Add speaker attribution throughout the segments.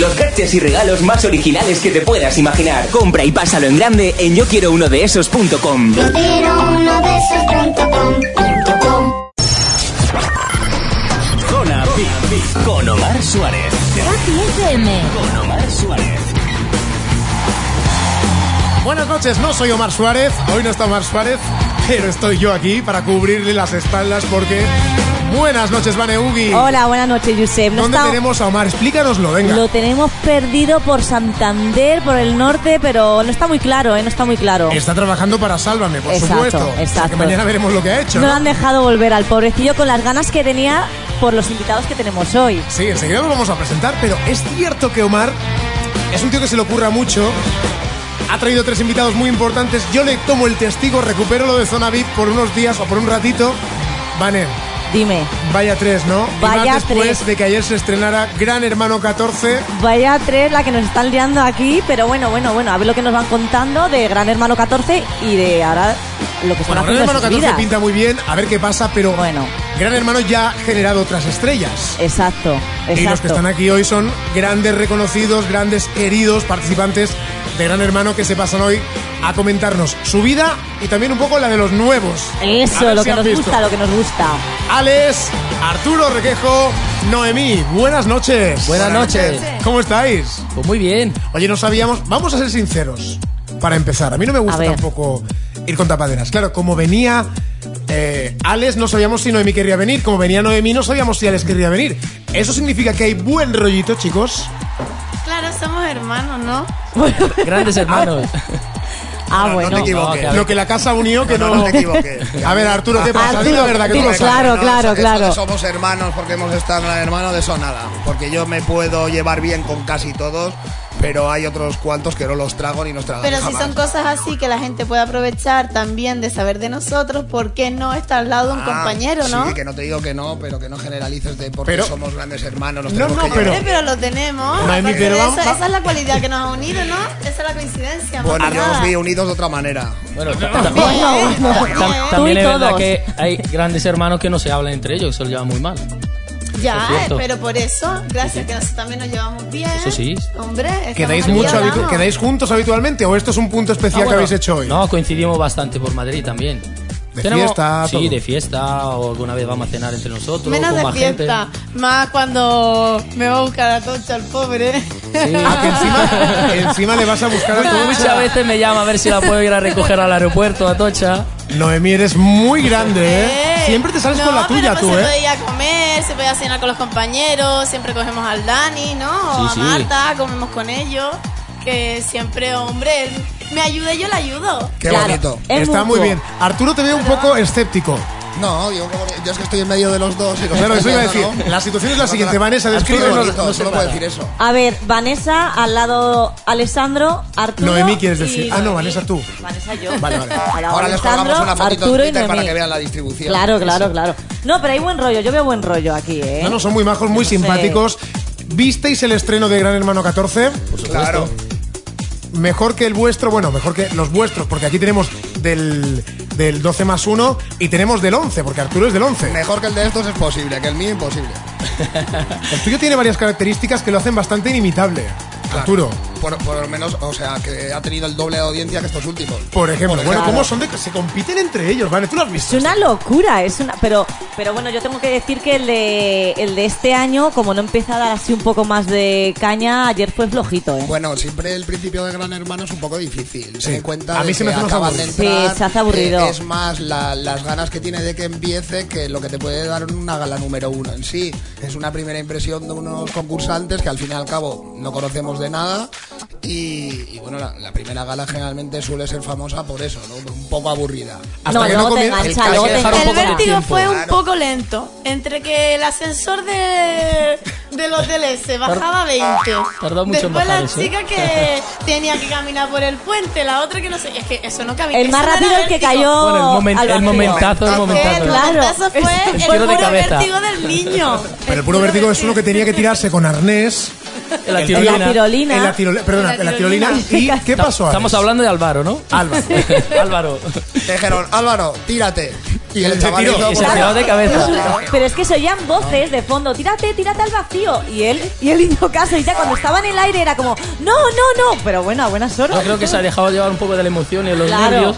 Speaker 1: Juguetes y regalos más originales que te puedas imaginar. Compra y pásalo en grande en yo quiero uno de esos.com.
Speaker 2: Yo quiero uno de esos punto com, punto com.
Speaker 1: Zona VIP con Omar Suárez.
Speaker 3: Happy FM.
Speaker 1: Con Omar Suárez.
Speaker 4: Buenas noches, no soy Omar Suárez, hoy no está Omar Suárez, pero estoy yo aquí para cubrirle las espaldas porque... Buenas noches, Vane Ugi.
Speaker 3: Hola, buenas noches, Josep. No
Speaker 4: ¿Dónde
Speaker 3: está-
Speaker 4: tenemos a Omar? Explícanoslo, venga.
Speaker 3: Lo tenemos perdido por Santander, por el norte, pero no está muy claro, ¿eh? No está muy claro.
Speaker 4: Está trabajando para Sálvame, por
Speaker 3: Exacto,
Speaker 4: supuesto. O sea, que
Speaker 3: exacto.
Speaker 4: mañana veremos lo que ha hecho.
Speaker 3: No lo
Speaker 4: ¿no?
Speaker 3: han dejado volver al pobrecillo con las ganas que tenía por los invitados que tenemos hoy.
Speaker 4: Sí, enseguida lo vamos a presentar, pero es cierto que Omar es un tío que se le ocurra mucho. Ha traído tres invitados muy importantes. Yo le tomo el testigo, recupero lo de Zona VIP por unos días o por un ratito. Vane,
Speaker 3: Dime,
Speaker 4: vaya tres, ¿no? Y más
Speaker 3: Vaya
Speaker 4: después
Speaker 3: tres.
Speaker 4: de que ayer se estrenara Gran Hermano 14.
Speaker 3: vaya tres la que nos están liando aquí, pero bueno, bueno, bueno, a ver lo que nos van contando de Gran Hermano 14 y de ahora lo que están
Speaker 4: Bueno, Gran
Speaker 3: haciendo en
Speaker 4: Hermano
Speaker 3: sus
Speaker 4: 14
Speaker 3: vidas.
Speaker 4: pinta muy bien, a ver qué pasa, pero
Speaker 3: Bueno.
Speaker 4: Gran Hermano ya ha generado otras estrellas.
Speaker 3: Exacto, exacto.
Speaker 4: Y los que están aquí hoy son grandes reconocidos, grandes queridos participantes de Gran Hermano que se pasan hoy a comentarnos su vida y también un poco la de los nuevos. A
Speaker 3: Eso,
Speaker 4: ver
Speaker 3: lo
Speaker 4: si
Speaker 3: que
Speaker 4: han
Speaker 3: nos
Speaker 4: visto.
Speaker 3: gusta, lo que nos gusta.
Speaker 4: Alex, Arturo Requejo, Noemí, buenas noches.
Speaker 5: Buenas noches.
Speaker 4: ¿Cómo estáis?
Speaker 5: Pues muy bien.
Speaker 4: Oye, no sabíamos, vamos a ser sinceros para empezar. A mí no me gusta
Speaker 3: ver.
Speaker 4: tampoco ir con tapaderas. Claro, como venía eh, Alex, no sabíamos si Noemí querría venir. Como venía Noemí, no sabíamos si Alex querría venir. Eso significa que hay buen rollito, chicos.
Speaker 6: Claro, somos hermanos, ¿no?
Speaker 7: Ah,
Speaker 5: Grandes hermanos.
Speaker 3: Ah,
Speaker 7: No, no te
Speaker 3: bueno.
Speaker 7: equivoques.
Speaker 5: No, que a ver.
Speaker 4: Lo que la casa unió que no.
Speaker 7: No, no te equivoques.
Speaker 4: A ver, Arturo, ¿qué pasa? Di la
Speaker 3: Arturo,
Speaker 4: verdad que
Speaker 3: dilo,
Speaker 4: no pasa nada.
Speaker 3: claro,
Speaker 7: No,
Speaker 3: claro,
Speaker 7: eso de
Speaker 3: claro.
Speaker 7: Somos hermanos porque hemos estado en la hermano de eso nada. Porque yo me puedo llevar bien con casi todos, pero hay otros cuantos que no los trago ni nos tragan.
Speaker 6: Pero si
Speaker 7: jamás.
Speaker 6: son cosas así que la gente puede aprovechar también de saber de nosotros, ¿por qué no estar al lado de un
Speaker 7: Ah,
Speaker 6: compañero, no?
Speaker 7: Sí, que no te digo que no, pero que no generalices de porque
Speaker 4: Pero-
Speaker 7: somos grandes hermanos. Nos
Speaker 4: No,
Speaker 7: tenemos
Speaker 4: no,
Speaker 7: que llevar.
Speaker 6: Hombre, pero lo tenemos.
Speaker 4: Noemí,
Speaker 6: Aparte
Speaker 4: pero
Speaker 6: de
Speaker 4: vamos-
Speaker 6: eso,
Speaker 4: va-
Speaker 6: esa es la cualidad que nos ha unido, ¿no? Esa es la coincidencia. más
Speaker 7: Bueno,
Speaker 6: que
Speaker 7: yo os
Speaker 6: nada.
Speaker 7: vi unidos de otra manera.
Speaker 5: Bueno, tam-
Speaker 6: Bien,
Speaker 5: tam-
Speaker 6: bien.
Speaker 5: también
Speaker 3: Tú y
Speaker 5: es verdad
Speaker 3: todos.
Speaker 5: que hay grandes hermanos que no se hablan entre ellos, se lo llevan muy mal. Ah,
Speaker 6: Ya,
Speaker 5: Por cierto.
Speaker 6: pero por eso, gracias que nosotros también nos llevamos bien.
Speaker 5: Eso sí.
Speaker 6: Hombre, estamos
Speaker 4: ¿Quedáis,
Speaker 6: aquí,
Speaker 4: mucho
Speaker 6: hablamos.
Speaker 4: habitu- ¿Quedáis juntos habitualmente o esto es un punto especial
Speaker 5: Ah, bueno,
Speaker 4: que habéis hecho hoy?
Speaker 5: No, coincidimos bastante por Madrid también.
Speaker 4: De fiesta,
Speaker 5: Sí,
Speaker 4: todo.
Speaker 5: de fiesta, o alguna vez vamos a cenar entre nosotros.
Speaker 6: Menos
Speaker 5: con
Speaker 6: de
Speaker 5: más
Speaker 6: fiesta, más cuando me va a buscar a Tocha el pobre.
Speaker 5: gente. Sí.
Speaker 4: Ah, que encima, encima le vas a buscar
Speaker 3: Ah.
Speaker 4: a tu
Speaker 5: Muchas veces me llama a ver si la puedo ir a recoger al aeropuerto, a Tocha.
Speaker 4: Noemí, eres muy grande, ¿eh?
Speaker 6: Eh,
Speaker 4: Siempre te sales con la
Speaker 6: no,
Speaker 4: tuya,
Speaker 6: pero pues
Speaker 4: tú,
Speaker 6: se
Speaker 4: ¿eh?
Speaker 6: puede ir a comer, se puede ir a cenar con los compañeros, siempre cogemos al Dani, ¿no? O
Speaker 5: Sí, sí.
Speaker 6: a Marta, comemos con ellos, que siempre, hombre, él me ayuda y yo le ayudo.
Speaker 7: Qué
Speaker 3: Claro.
Speaker 7: bonito.
Speaker 3: Es
Speaker 4: Está muy
Speaker 3: mutuo.
Speaker 4: bien. Arturo te veo un poco escéptico.
Speaker 7: No, yo, yo es que estoy en medio de los dos. Y los
Speaker 4: Claro, eso iba a decir.
Speaker 7: ¿no?
Speaker 4: La situación es la
Speaker 7: No,
Speaker 4: siguiente.
Speaker 7: claro.
Speaker 4: Vanessa,
Speaker 7: Arturo,
Speaker 4: describe.
Speaker 7: bonito,
Speaker 5: no se
Speaker 7: solo puedo
Speaker 5: para.
Speaker 7: decir eso.
Speaker 3: A ver, Vanessa, al lado Alessandro, Arturo.
Speaker 4: Noemí, ¿quieres
Speaker 3: y
Speaker 4: decir? Ah, no,
Speaker 3: Noemí.
Speaker 4: Vanessa, tú.
Speaker 3: Vanessa, yo.
Speaker 4: Vale, vale.
Speaker 3: Al lado
Speaker 7: Ahora les
Speaker 3: Alessandro,
Speaker 7: colgamos una fotito en
Speaker 3: Arturo y
Speaker 7: Twitter para
Speaker 3: Noemí.
Speaker 7: que vean la distribución.
Speaker 3: Claro, claro, claro. No, pero hay buen rollo, yo veo buen rollo aquí, ¿eh?
Speaker 4: No, no, son muy majos, muy simpáticos. ¿Visteis el estreno de Gran Hermano 14?
Speaker 7: Claro.
Speaker 4: Mejor que el vuestro, bueno, mejor que los vuestros, porque aquí tenemos del, del 12 más 1 y tenemos del 11, porque Arturo es del 11.
Speaker 7: Mejor que el de estos es posible, que el mío imposible.
Speaker 4: El tuyo tiene varias características que lo hacen bastante inimitable. Arturo,
Speaker 7: Por, por lo menos, o sea, que ha tenido el doble de audiencia que estos últimos.
Speaker 4: por ejemplo.
Speaker 7: Por
Speaker 4: Bueno,
Speaker 7: ejemplo.
Speaker 4: ¿cómo son de que se compiten entre ellos? Vale, tú lo has
Speaker 3: Es
Speaker 4: visto.
Speaker 3: una locura, es una. Pero, pero bueno, yo tengo que decir que el de, el de este año, como no empieza a dar así un poco más de caña, ayer fue flojito, ¿eh?
Speaker 7: Bueno, siempre el principio de Gran Hermano es un poco difícil. Ten
Speaker 4: Sí.
Speaker 7: en cuenta
Speaker 4: A mí
Speaker 7: de
Speaker 4: se me
Speaker 7: que
Speaker 4: hace más
Speaker 7: acaban de
Speaker 4: aburrido.
Speaker 7: entrar,
Speaker 3: Sí, se hace aburrido.
Speaker 7: eh, es más la- las ganas que tiene de que empiece que lo que te puede dar una gala número uno en sí. Es una primera impresión de unos concursantes que al fin y al cabo no conocemos de nada. Y, y bueno, la, la primera gala generalmente suele ser famosa por eso, ¿no? Un poco aburrida.
Speaker 4: Hasta
Speaker 3: no,
Speaker 4: que no
Speaker 3: luego te
Speaker 4: comien-
Speaker 7: el
Speaker 3: engancha,
Speaker 7: caso
Speaker 3: luego
Speaker 7: es
Speaker 3: te
Speaker 7: dejar un
Speaker 6: El
Speaker 3: engancha.
Speaker 5: de
Speaker 6: vértigo
Speaker 5: tiempo.
Speaker 6: fue un
Speaker 7: Claro.
Speaker 6: poco lento, entre que el ascensor de, del hotel ese bajaba 20.
Speaker 5: tardó mucho en
Speaker 6: Después
Speaker 5: bajar
Speaker 6: la
Speaker 5: eso, ¿eh?
Speaker 6: chica que tenía que caminar por el puente, la otra que no sé, es que eso no cabía.
Speaker 3: El más
Speaker 6: eso no era
Speaker 3: rápido el que
Speaker 6: vértigo.
Speaker 3: cayó.
Speaker 5: Bueno, el, momen-
Speaker 3: Oh, al
Speaker 5: el
Speaker 3: vacío.
Speaker 5: momentazo, el momentazo.
Speaker 6: El
Speaker 3: Claro.
Speaker 6: momentazo fue el,
Speaker 5: Tiro de
Speaker 6: puro
Speaker 5: cabeza.
Speaker 6: vértigo del niño.
Speaker 4: Pero el puro vértigo es uno que tenía que tirarse con arnés.
Speaker 5: La
Speaker 4: El-
Speaker 5: tirolina.
Speaker 3: En la tirolina.
Speaker 4: En la tirolina. Perdona, en la tirolina. ¿Y qué pasó?
Speaker 5: Estamos
Speaker 4: Alex?
Speaker 5: hablando de Álvaro, ¿no?
Speaker 4: Álvaro.
Speaker 5: Álvaro.
Speaker 7: Te dijeron, Álvaro, tírate. Y el
Speaker 4: Se
Speaker 7: chaval
Speaker 4: tiró,
Speaker 7: hizo
Speaker 5: y se
Speaker 7: por-
Speaker 5: tiró de cabeza.
Speaker 3: Pero es que se oían voces de fondo, tírate, tírate al vacío. Y él, y él hizo caso, y ya cuando estaba en el aire era como, no, no, no. Pero bueno, a buenas horas.
Speaker 5: Yo creo que se ha dejado llevar un poco de la emoción y de los
Speaker 3: Claro.
Speaker 5: nervios.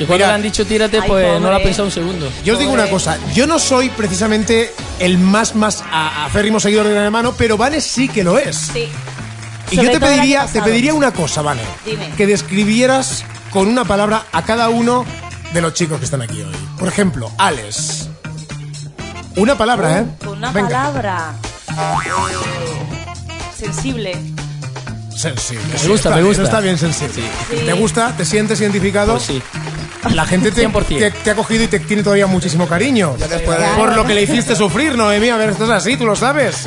Speaker 5: Y cuando
Speaker 4: Mira.
Speaker 5: le han dicho tírate,
Speaker 3: Ay,
Speaker 5: pues no lo ha
Speaker 3: pobre.
Speaker 5: pensado un segundo.
Speaker 4: Yo os digo una
Speaker 3: Joder.
Speaker 4: cosa, yo no soy precisamente el más más a- aférrimo seguidor de Gran Hermano, pero Vane sí que lo es.
Speaker 3: Sí.
Speaker 4: y
Speaker 3: Sobre
Speaker 4: yo te
Speaker 3: todo el año
Speaker 4: pediría, te
Speaker 3: pasado.
Speaker 4: pediría una cosa, Vane.
Speaker 3: Dime.
Speaker 4: Que describieras con una palabra a cada uno de los chicos que están aquí hoy. Por ejemplo, Alex. Una palabra, ¿eh?
Speaker 3: Con una
Speaker 4: Venga.
Speaker 3: palabra. Sensible.
Speaker 4: Sensible.
Speaker 5: Me
Speaker 4: sí,
Speaker 5: gusta,
Speaker 4: está
Speaker 5: me
Speaker 4: bien,
Speaker 5: gusta.
Speaker 4: Está bien sensible.
Speaker 3: Sí.
Speaker 4: ¿Te gusta? ¿Te sientes identificado?
Speaker 5: Pues sí.
Speaker 4: La gente te,
Speaker 5: 100%.
Speaker 4: te- te ha cogido y te tiene todavía muchísimo cariño.
Speaker 7: Ya después de-
Speaker 4: Pues, Por lo que le hiciste sufrir, Noemí. A ver, esto es así, tú lo sabes.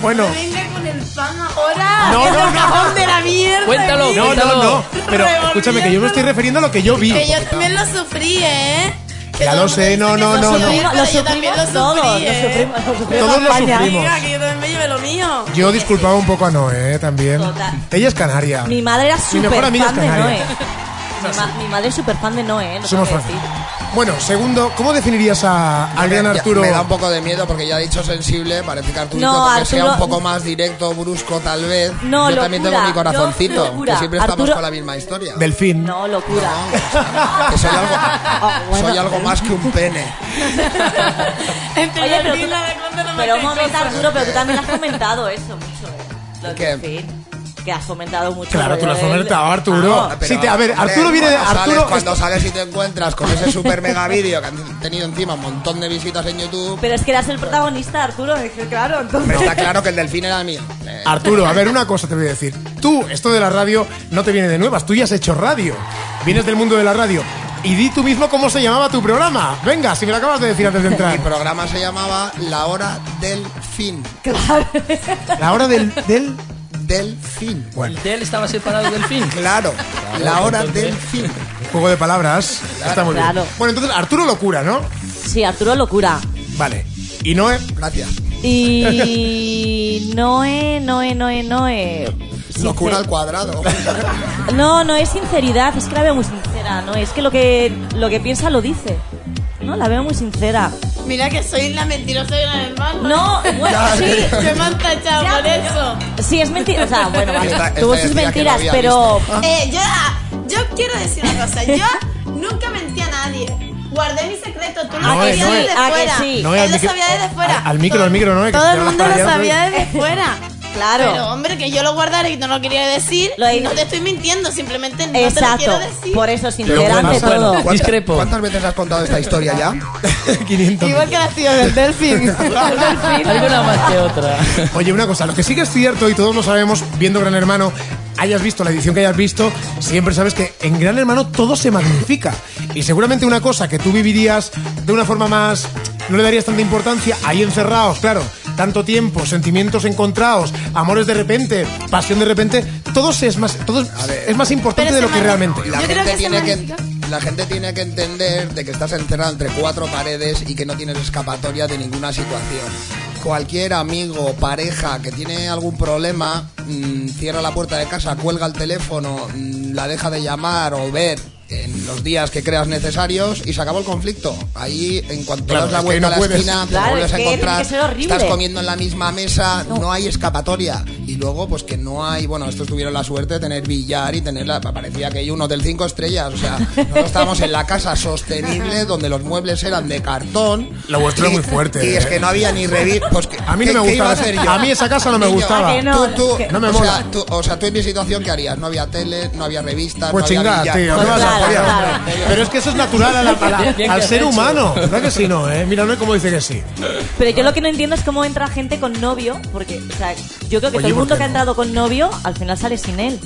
Speaker 4: Bueno.
Speaker 6: Venga con el pan ahora.
Speaker 4: No,
Speaker 6: que
Speaker 4: no,
Speaker 6: se
Speaker 4: no.
Speaker 6: acaban de la mierda.
Speaker 5: Cuéntalo,
Speaker 6: aquí.
Speaker 4: No, no, no. Pero escúchame, que yo me estoy refiriendo a lo que yo vi.
Speaker 6: Que yo también lo sufrí, ¿eh? Que
Speaker 4: Ya
Speaker 6: todo
Speaker 4: lo
Speaker 6: el
Speaker 4: sé,
Speaker 6: mundo dice
Speaker 4: no,
Speaker 6: que
Speaker 4: no,
Speaker 6: lo
Speaker 4: no, no.
Speaker 6: sufrí,
Speaker 3: Lo
Speaker 6: pero yo también
Speaker 3: sufrimos
Speaker 6: lo sufrí,
Speaker 3: todos. Lo
Speaker 6: ¿eh?
Speaker 3: sufrimos, lo sufrimos.
Speaker 4: Todos lo
Speaker 3: España.
Speaker 4: sufrimos.
Speaker 6: Venga, que yo también me llevé lo mío.
Speaker 4: Yo disculpaba un poco a Noé eh, también.
Speaker 3: Total.
Speaker 4: Ella es canaria.
Speaker 3: Mi madre era
Speaker 4: Mi
Speaker 3: súper
Speaker 4: mejor
Speaker 3: fan de
Speaker 4: amiga es
Speaker 3: Noé.
Speaker 4: canaria.
Speaker 3: Mi, ma- mi madre es súper fan de Noé, ¿eh? No
Speaker 4: Somos fans.
Speaker 3: fácil.
Speaker 4: Bueno, segundo, ¿cómo definirías a a Adrián
Speaker 7: Ya-
Speaker 4: Arturo?
Speaker 7: Me da un poco de miedo porque ya he dicho sensible, parece que Arturito
Speaker 3: No,
Speaker 7: porque sea
Speaker 3: Arturo-
Speaker 7: un poco más directo, brusco tal vez.
Speaker 3: No,
Speaker 7: yo también
Speaker 3: locura,
Speaker 7: tengo mi
Speaker 3: yo
Speaker 7: corazoncito,
Speaker 3: locura.
Speaker 7: que siempre estamos
Speaker 3: Arturo-
Speaker 7: con la misma historia.
Speaker 4: Delfín.
Speaker 3: No, locura.
Speaker 7: Que soy algo,
Speaker 3: Ah, bueno.
Speaker 7: soy algo más que un pene.
Speaker 6: Entre
Speaker 3: Oye, pero,
Speaker 6: la
Speaker 3: tú-
Speaker 6: fila de cuando no me
Speaker 3: pero un
Speaker 6: caen
Speaker 3: momento,
Speaker 6: cosas.
Speaker 3: Arturo, pero tú también has comentado eso mucho, ¿eh? Lo
Speaker 7: ¿Qué?
Speaker 3: del fin. Que has comentado mucho.
Speaker 4: Claro,
Speaker 3: lo
Speaker 4: tú lo has
Speaker 3: del-
Speaker 4: comentado, Arturo.
Speaker 3: Ah,
Speaker 7: Pero,
Speaker 4: Sí, te- a ver,
Speaker 7: hombre,
Speaker 4: Arturo viene de-
Speaker 7: cuando
Speaker 4: Arturo
Speaker 7: sales-
Speaker 4: es-
Speaker 7: cuando sales y te encuentras con ese super mega vídeo que han tenido encima un montón de visitas en YouTube,
Speaker 3: Ah, pero es que eras el protagonista, Arturo. es que Claro, entonces.
Speaker 7: pero está claro que el delfín era mío. Eh,
Speaker 4: Arturo, a ver, una cosa te voy a decir. Tú, esto de la radio no te viene de nuevas. Tú ya has hecho radio. Vienes del mundo de la radio. Y di tú mismo cómo se llamaba tu programa. Venga, si me lo acabas de decir antes de
Speaker 7: mi
Speaker 4: entrar.
Speaker 7: programa se llamaba La Hora del Fin.
Speaker 4: La hora del... del...
Speaker 7: Del Fin.
Speaker 4: Bueno,
Speaker 5: El del estaba separado del fin.
Speaker 7: Claro, La Hora
Speaker 5: entonces-
Speaker 7: del Fin.
Speaker 4: juego de palabras. Está muy bien.
Speaker 3: Claro.
Speaker 4: Bueno, entonces, Arturo locura, ¿no?
Speaker 3: Sí, Arturo, locura.
Speaker 4: Vale. Y Noé,
Speaker 7: Gracias.
Speaker 3: Y. Noé, Noé, Noé, Noé. Sincer-
Speaker 7: Locura al cuadrado.
Speaker 3: No, no es sinceridad, es que la veo muy sincera, ¿no? Es que lo que, lo que piensa lo dice. No, la veo muy sincera.
Speaker 6: Mira que soy la mentirosa de la hermana.
Speaker 3: No, bueno, sí.
Speaker 6: Se me han tachado
Speaker 3: Ya,
Speaker 6: por
Speaker 3: pero-
Speaker 6: eso.
Speaker 3: Sí, es mentira. O sea, bueno, vale.
Speaker 7: Esta- esta
Speaker 3: Tuvo
Speaker 7: decía
Speaker 3: sus
Speaker 7: que lo
Speaker 3: mentiras,
Speaker 7: había
Speaker 3: pero.
Speaker 6: Eh, yo, ah, yo quiero decir una cosa. Yo nunca mentí a nadie. Guardé mi secreto. Tú lo
Speaker 4: Noe,
Speaker 6: sabías
Speaker 4: Noe.
Speaker 6: desde
Speaker 3: Ah, que
Speaker 6: fuera.
Speaker 3: sí.
Speaker 4: Noe, al
Speaker 6: Él lo
Speaker 4: micro-
Speaker 6: sabía desde fuera.
Speaker 4: al- al micro, al micro, Noe, que
Speaker 6: Todo
Speaker 4: te
Speaker 6: el
Speaker 4: hablas
Speaker 6: mundo
Speaker 4: para
Speaker 6: lo
Speaker 4: allá,
Speaker 6: sabía
Speaker 4: Noe.
Speaker 6: desde fuera.
Speaker 3: Claro.
Speaker 6: Pero hombre, que yo lo guardara y no lo quería decir.
Speaker 3: Lo he-
Speaker 6: y no te estoy mintiendo, simplemente no te lo
Speaker 3: Exacto.
Speaker 6: quiero decir.
Speaker 3: Por eso, sincera
Speaker 5: Pero
Speaker 3: ante
Speaker 5: bueno,
Speaker 3: todo.
Speaker 5: bueno. Discrepo.
Speaker 7: ¿Cuántas veces has contado esta historia ya?
Speaker 4: 500.
Speaker 6: Igual que la tío del delfín. Del delfín.
Speaker 5: Alguna más que otra.
Speaker 4: Oye, una cosa, lo que sí que es cierto, y todos lo sabemos, viendo Gran Hermano, hayas visto la edición que hayas visto, siempre sabes que en Gran Hermano todo se magnifica. Y seguramente una cosa que tú vivirías de una forma más. No le darías tanta importancia ahí encerrados, claro. Tanto tiempo, sentimientos encontrados, amores de repente, pasión de repente, todo se es más, todo es- es más importante
Speaker 6: Pero
Speaker 4: de
Speaker 6: se
Speaker 4: lo que
Speaker 6: mane-
Speaker 4: realmente.
Speaker 7: La
Speaker 6: Yo creo que
Speaker 7: gente,
Speaker 6: se
Speaker 7: tiene que,
Speaker 6: magnifica.
Speaker 7: la gente tiene que entender de que estás encerrado entre cuatro paredes y que no tienes escapatoria de ninguna situación. Cualquier amigo, pareja que tiene algún problema, mm, cierra la puerta de casa, cuelga el teléfono, mm, la deja de llamar o ver en los días que creas necesarios y se acabó el conflicto. Ahí, en cuanto
Speaker 4: Claro,
Speaker 7: das la
Speaker 4: es que
Speaker 7: vuelta
Speaker 4: no
Speaker 7: a la
Speaker 4: puedes.
Speaker 7: esquina, te
Speaker 3: Claro,
Speaker 7: vuelves
Speaker 3: es
Speaker 7: a
Speaker 3: que tiene
Speaker 7: encontrar,
Speaker 3: que ser horrible.
Speaker 7: estás comiendo en la misma mesa, no. hay escapatoria. Y luego, pues que no hay, bueno, estos tuvieron la suerte de tener billar y tener la, parecía que hay un hotel cinco estrellas, o sea, nosotros estábamos en la casa sostenible donde los muebles eran de cartón.
Speaker 4: Lo vuestro es
Speaker 7: Y-
Speaker 4: muy fuerte,
Speaker 7: Y es
Speaker 4: eh.
Speaker 7: que no había ni revit, pues que-
Speaker 4: A mí
Speaker 7: ¿qué-
Speaker 4: no me
Speaker 7: qué iba
Speaker 4: gustaba.
Speaker 7: a hacer yo?
Speaker 4: A mí esa casa no me
Speaker 7: Niño,
Speaker 4: gustaba.
Speaker 3: ¿a que no?
Speaker 7: Tú- tú-
Speaker 3: Es que-
Speaker 4: No me
Speaker 7: o
Speaker 4: mola.
Speaker 7: Sea, tú, o sea, tú en mi situación, ¿qué harías? No había tele, no había revistas,
Speaker 4: Pues
Speaker 7: no había
Speaker 4: chingada,
Speaker 7: billar.
Speaker 4: tío.
Speaker 3: Pues
Speaker 4: ¿qué vas a
Speaker 3: claro,
Speaker 4: hacer?
Speaker 3: claro.
Speaker 4: Pero es que eso es natural a la- a la-
Speaker 5: Bien que
Speaker 4: al
Speaker 5: has
Speaker 4: ser
Speaker 5: hecho.
Speaker 4: humano. ¿Verdad que sí, no? Eh? Mira, no es como dice que sí.
Speaker 3: Pero yo lo que no entiendo es cómo entra gente con novio, porque, o sea, yo creo que
Speaker 4: Oye,
Speaker 3: todo el
Speaker 4: ¿por
Speaker 3: mundo
Speaker 4: qué
Speaker 3: que ha
Speaker 4: no?
Speaker 3: entrado con novio al final sale sin él.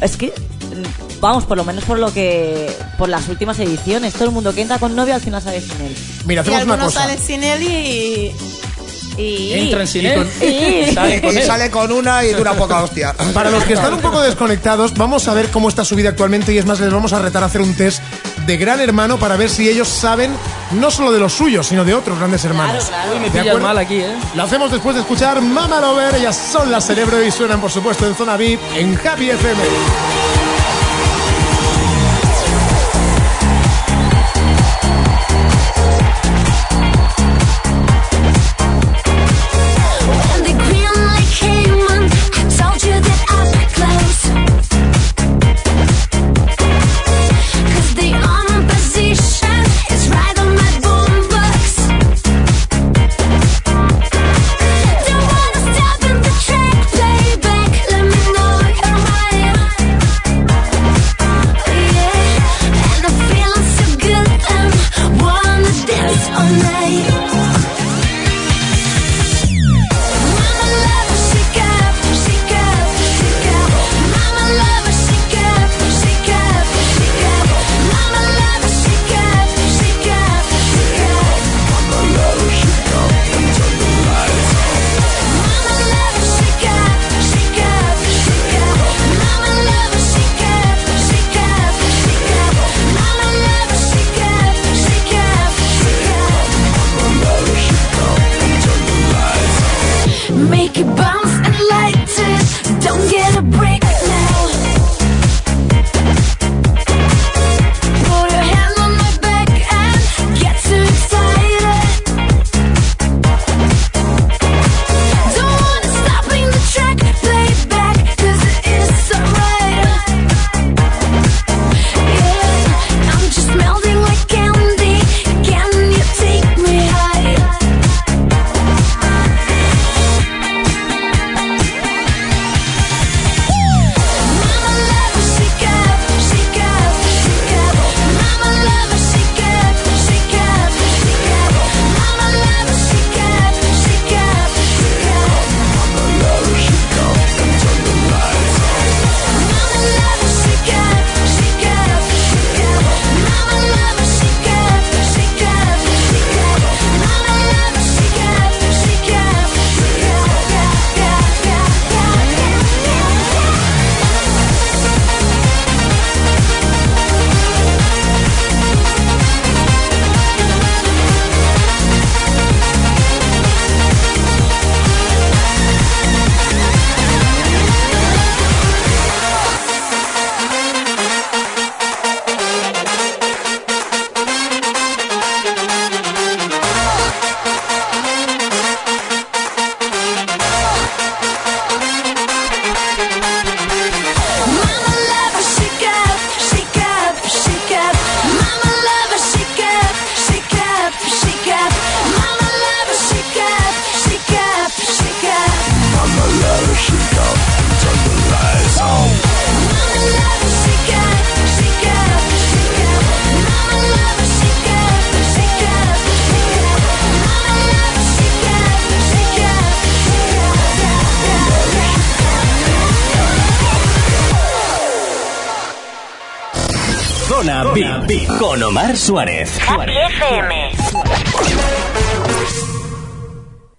Speaker 3: Es que, mm, vamos, por lo menos por lo que. por las últimas ediciones, todo el mundo que entra con novio al final sale sin él.
Speaker 4: Mira,
Speaker 6: Y
Speaker 4: hacemos una
Speaker 6: algunos
Speaker 4: cosa.
Speaker 6: salen sin él y.
Speaker 3: Y.
Speaker 5: Entran sin él.
Speaker 3: Y-
Speaker 5: Salen con
Speaker 7: Y
Speaker 5: él.
Speaker 7: sale con una y dura poca hostia.
Speaker 4: Pues Para los que están un poco desconectados, vamos a ver cómo está su vida actualmente y es más, les vamos a retar a hacer un test de gran hermano para ver si ellos saben no solo de los suyos, sino de otros grandes hermanos.
Speaker 5: Uy, me
Speaker 4: ¿De
Speaker 5: pillas
Speaker 4: acuerdo?
Speaker 5: mal aquí, ¿eh?
Speaker 4: Lo hacemos después de escuchar Mama Lover, ellas son la cerebro y suenan por supuesto en Zona VIP, en Happy FM.
Speaker 8: Oh,
Speaker 1: Zona VIP con Omar Suárez.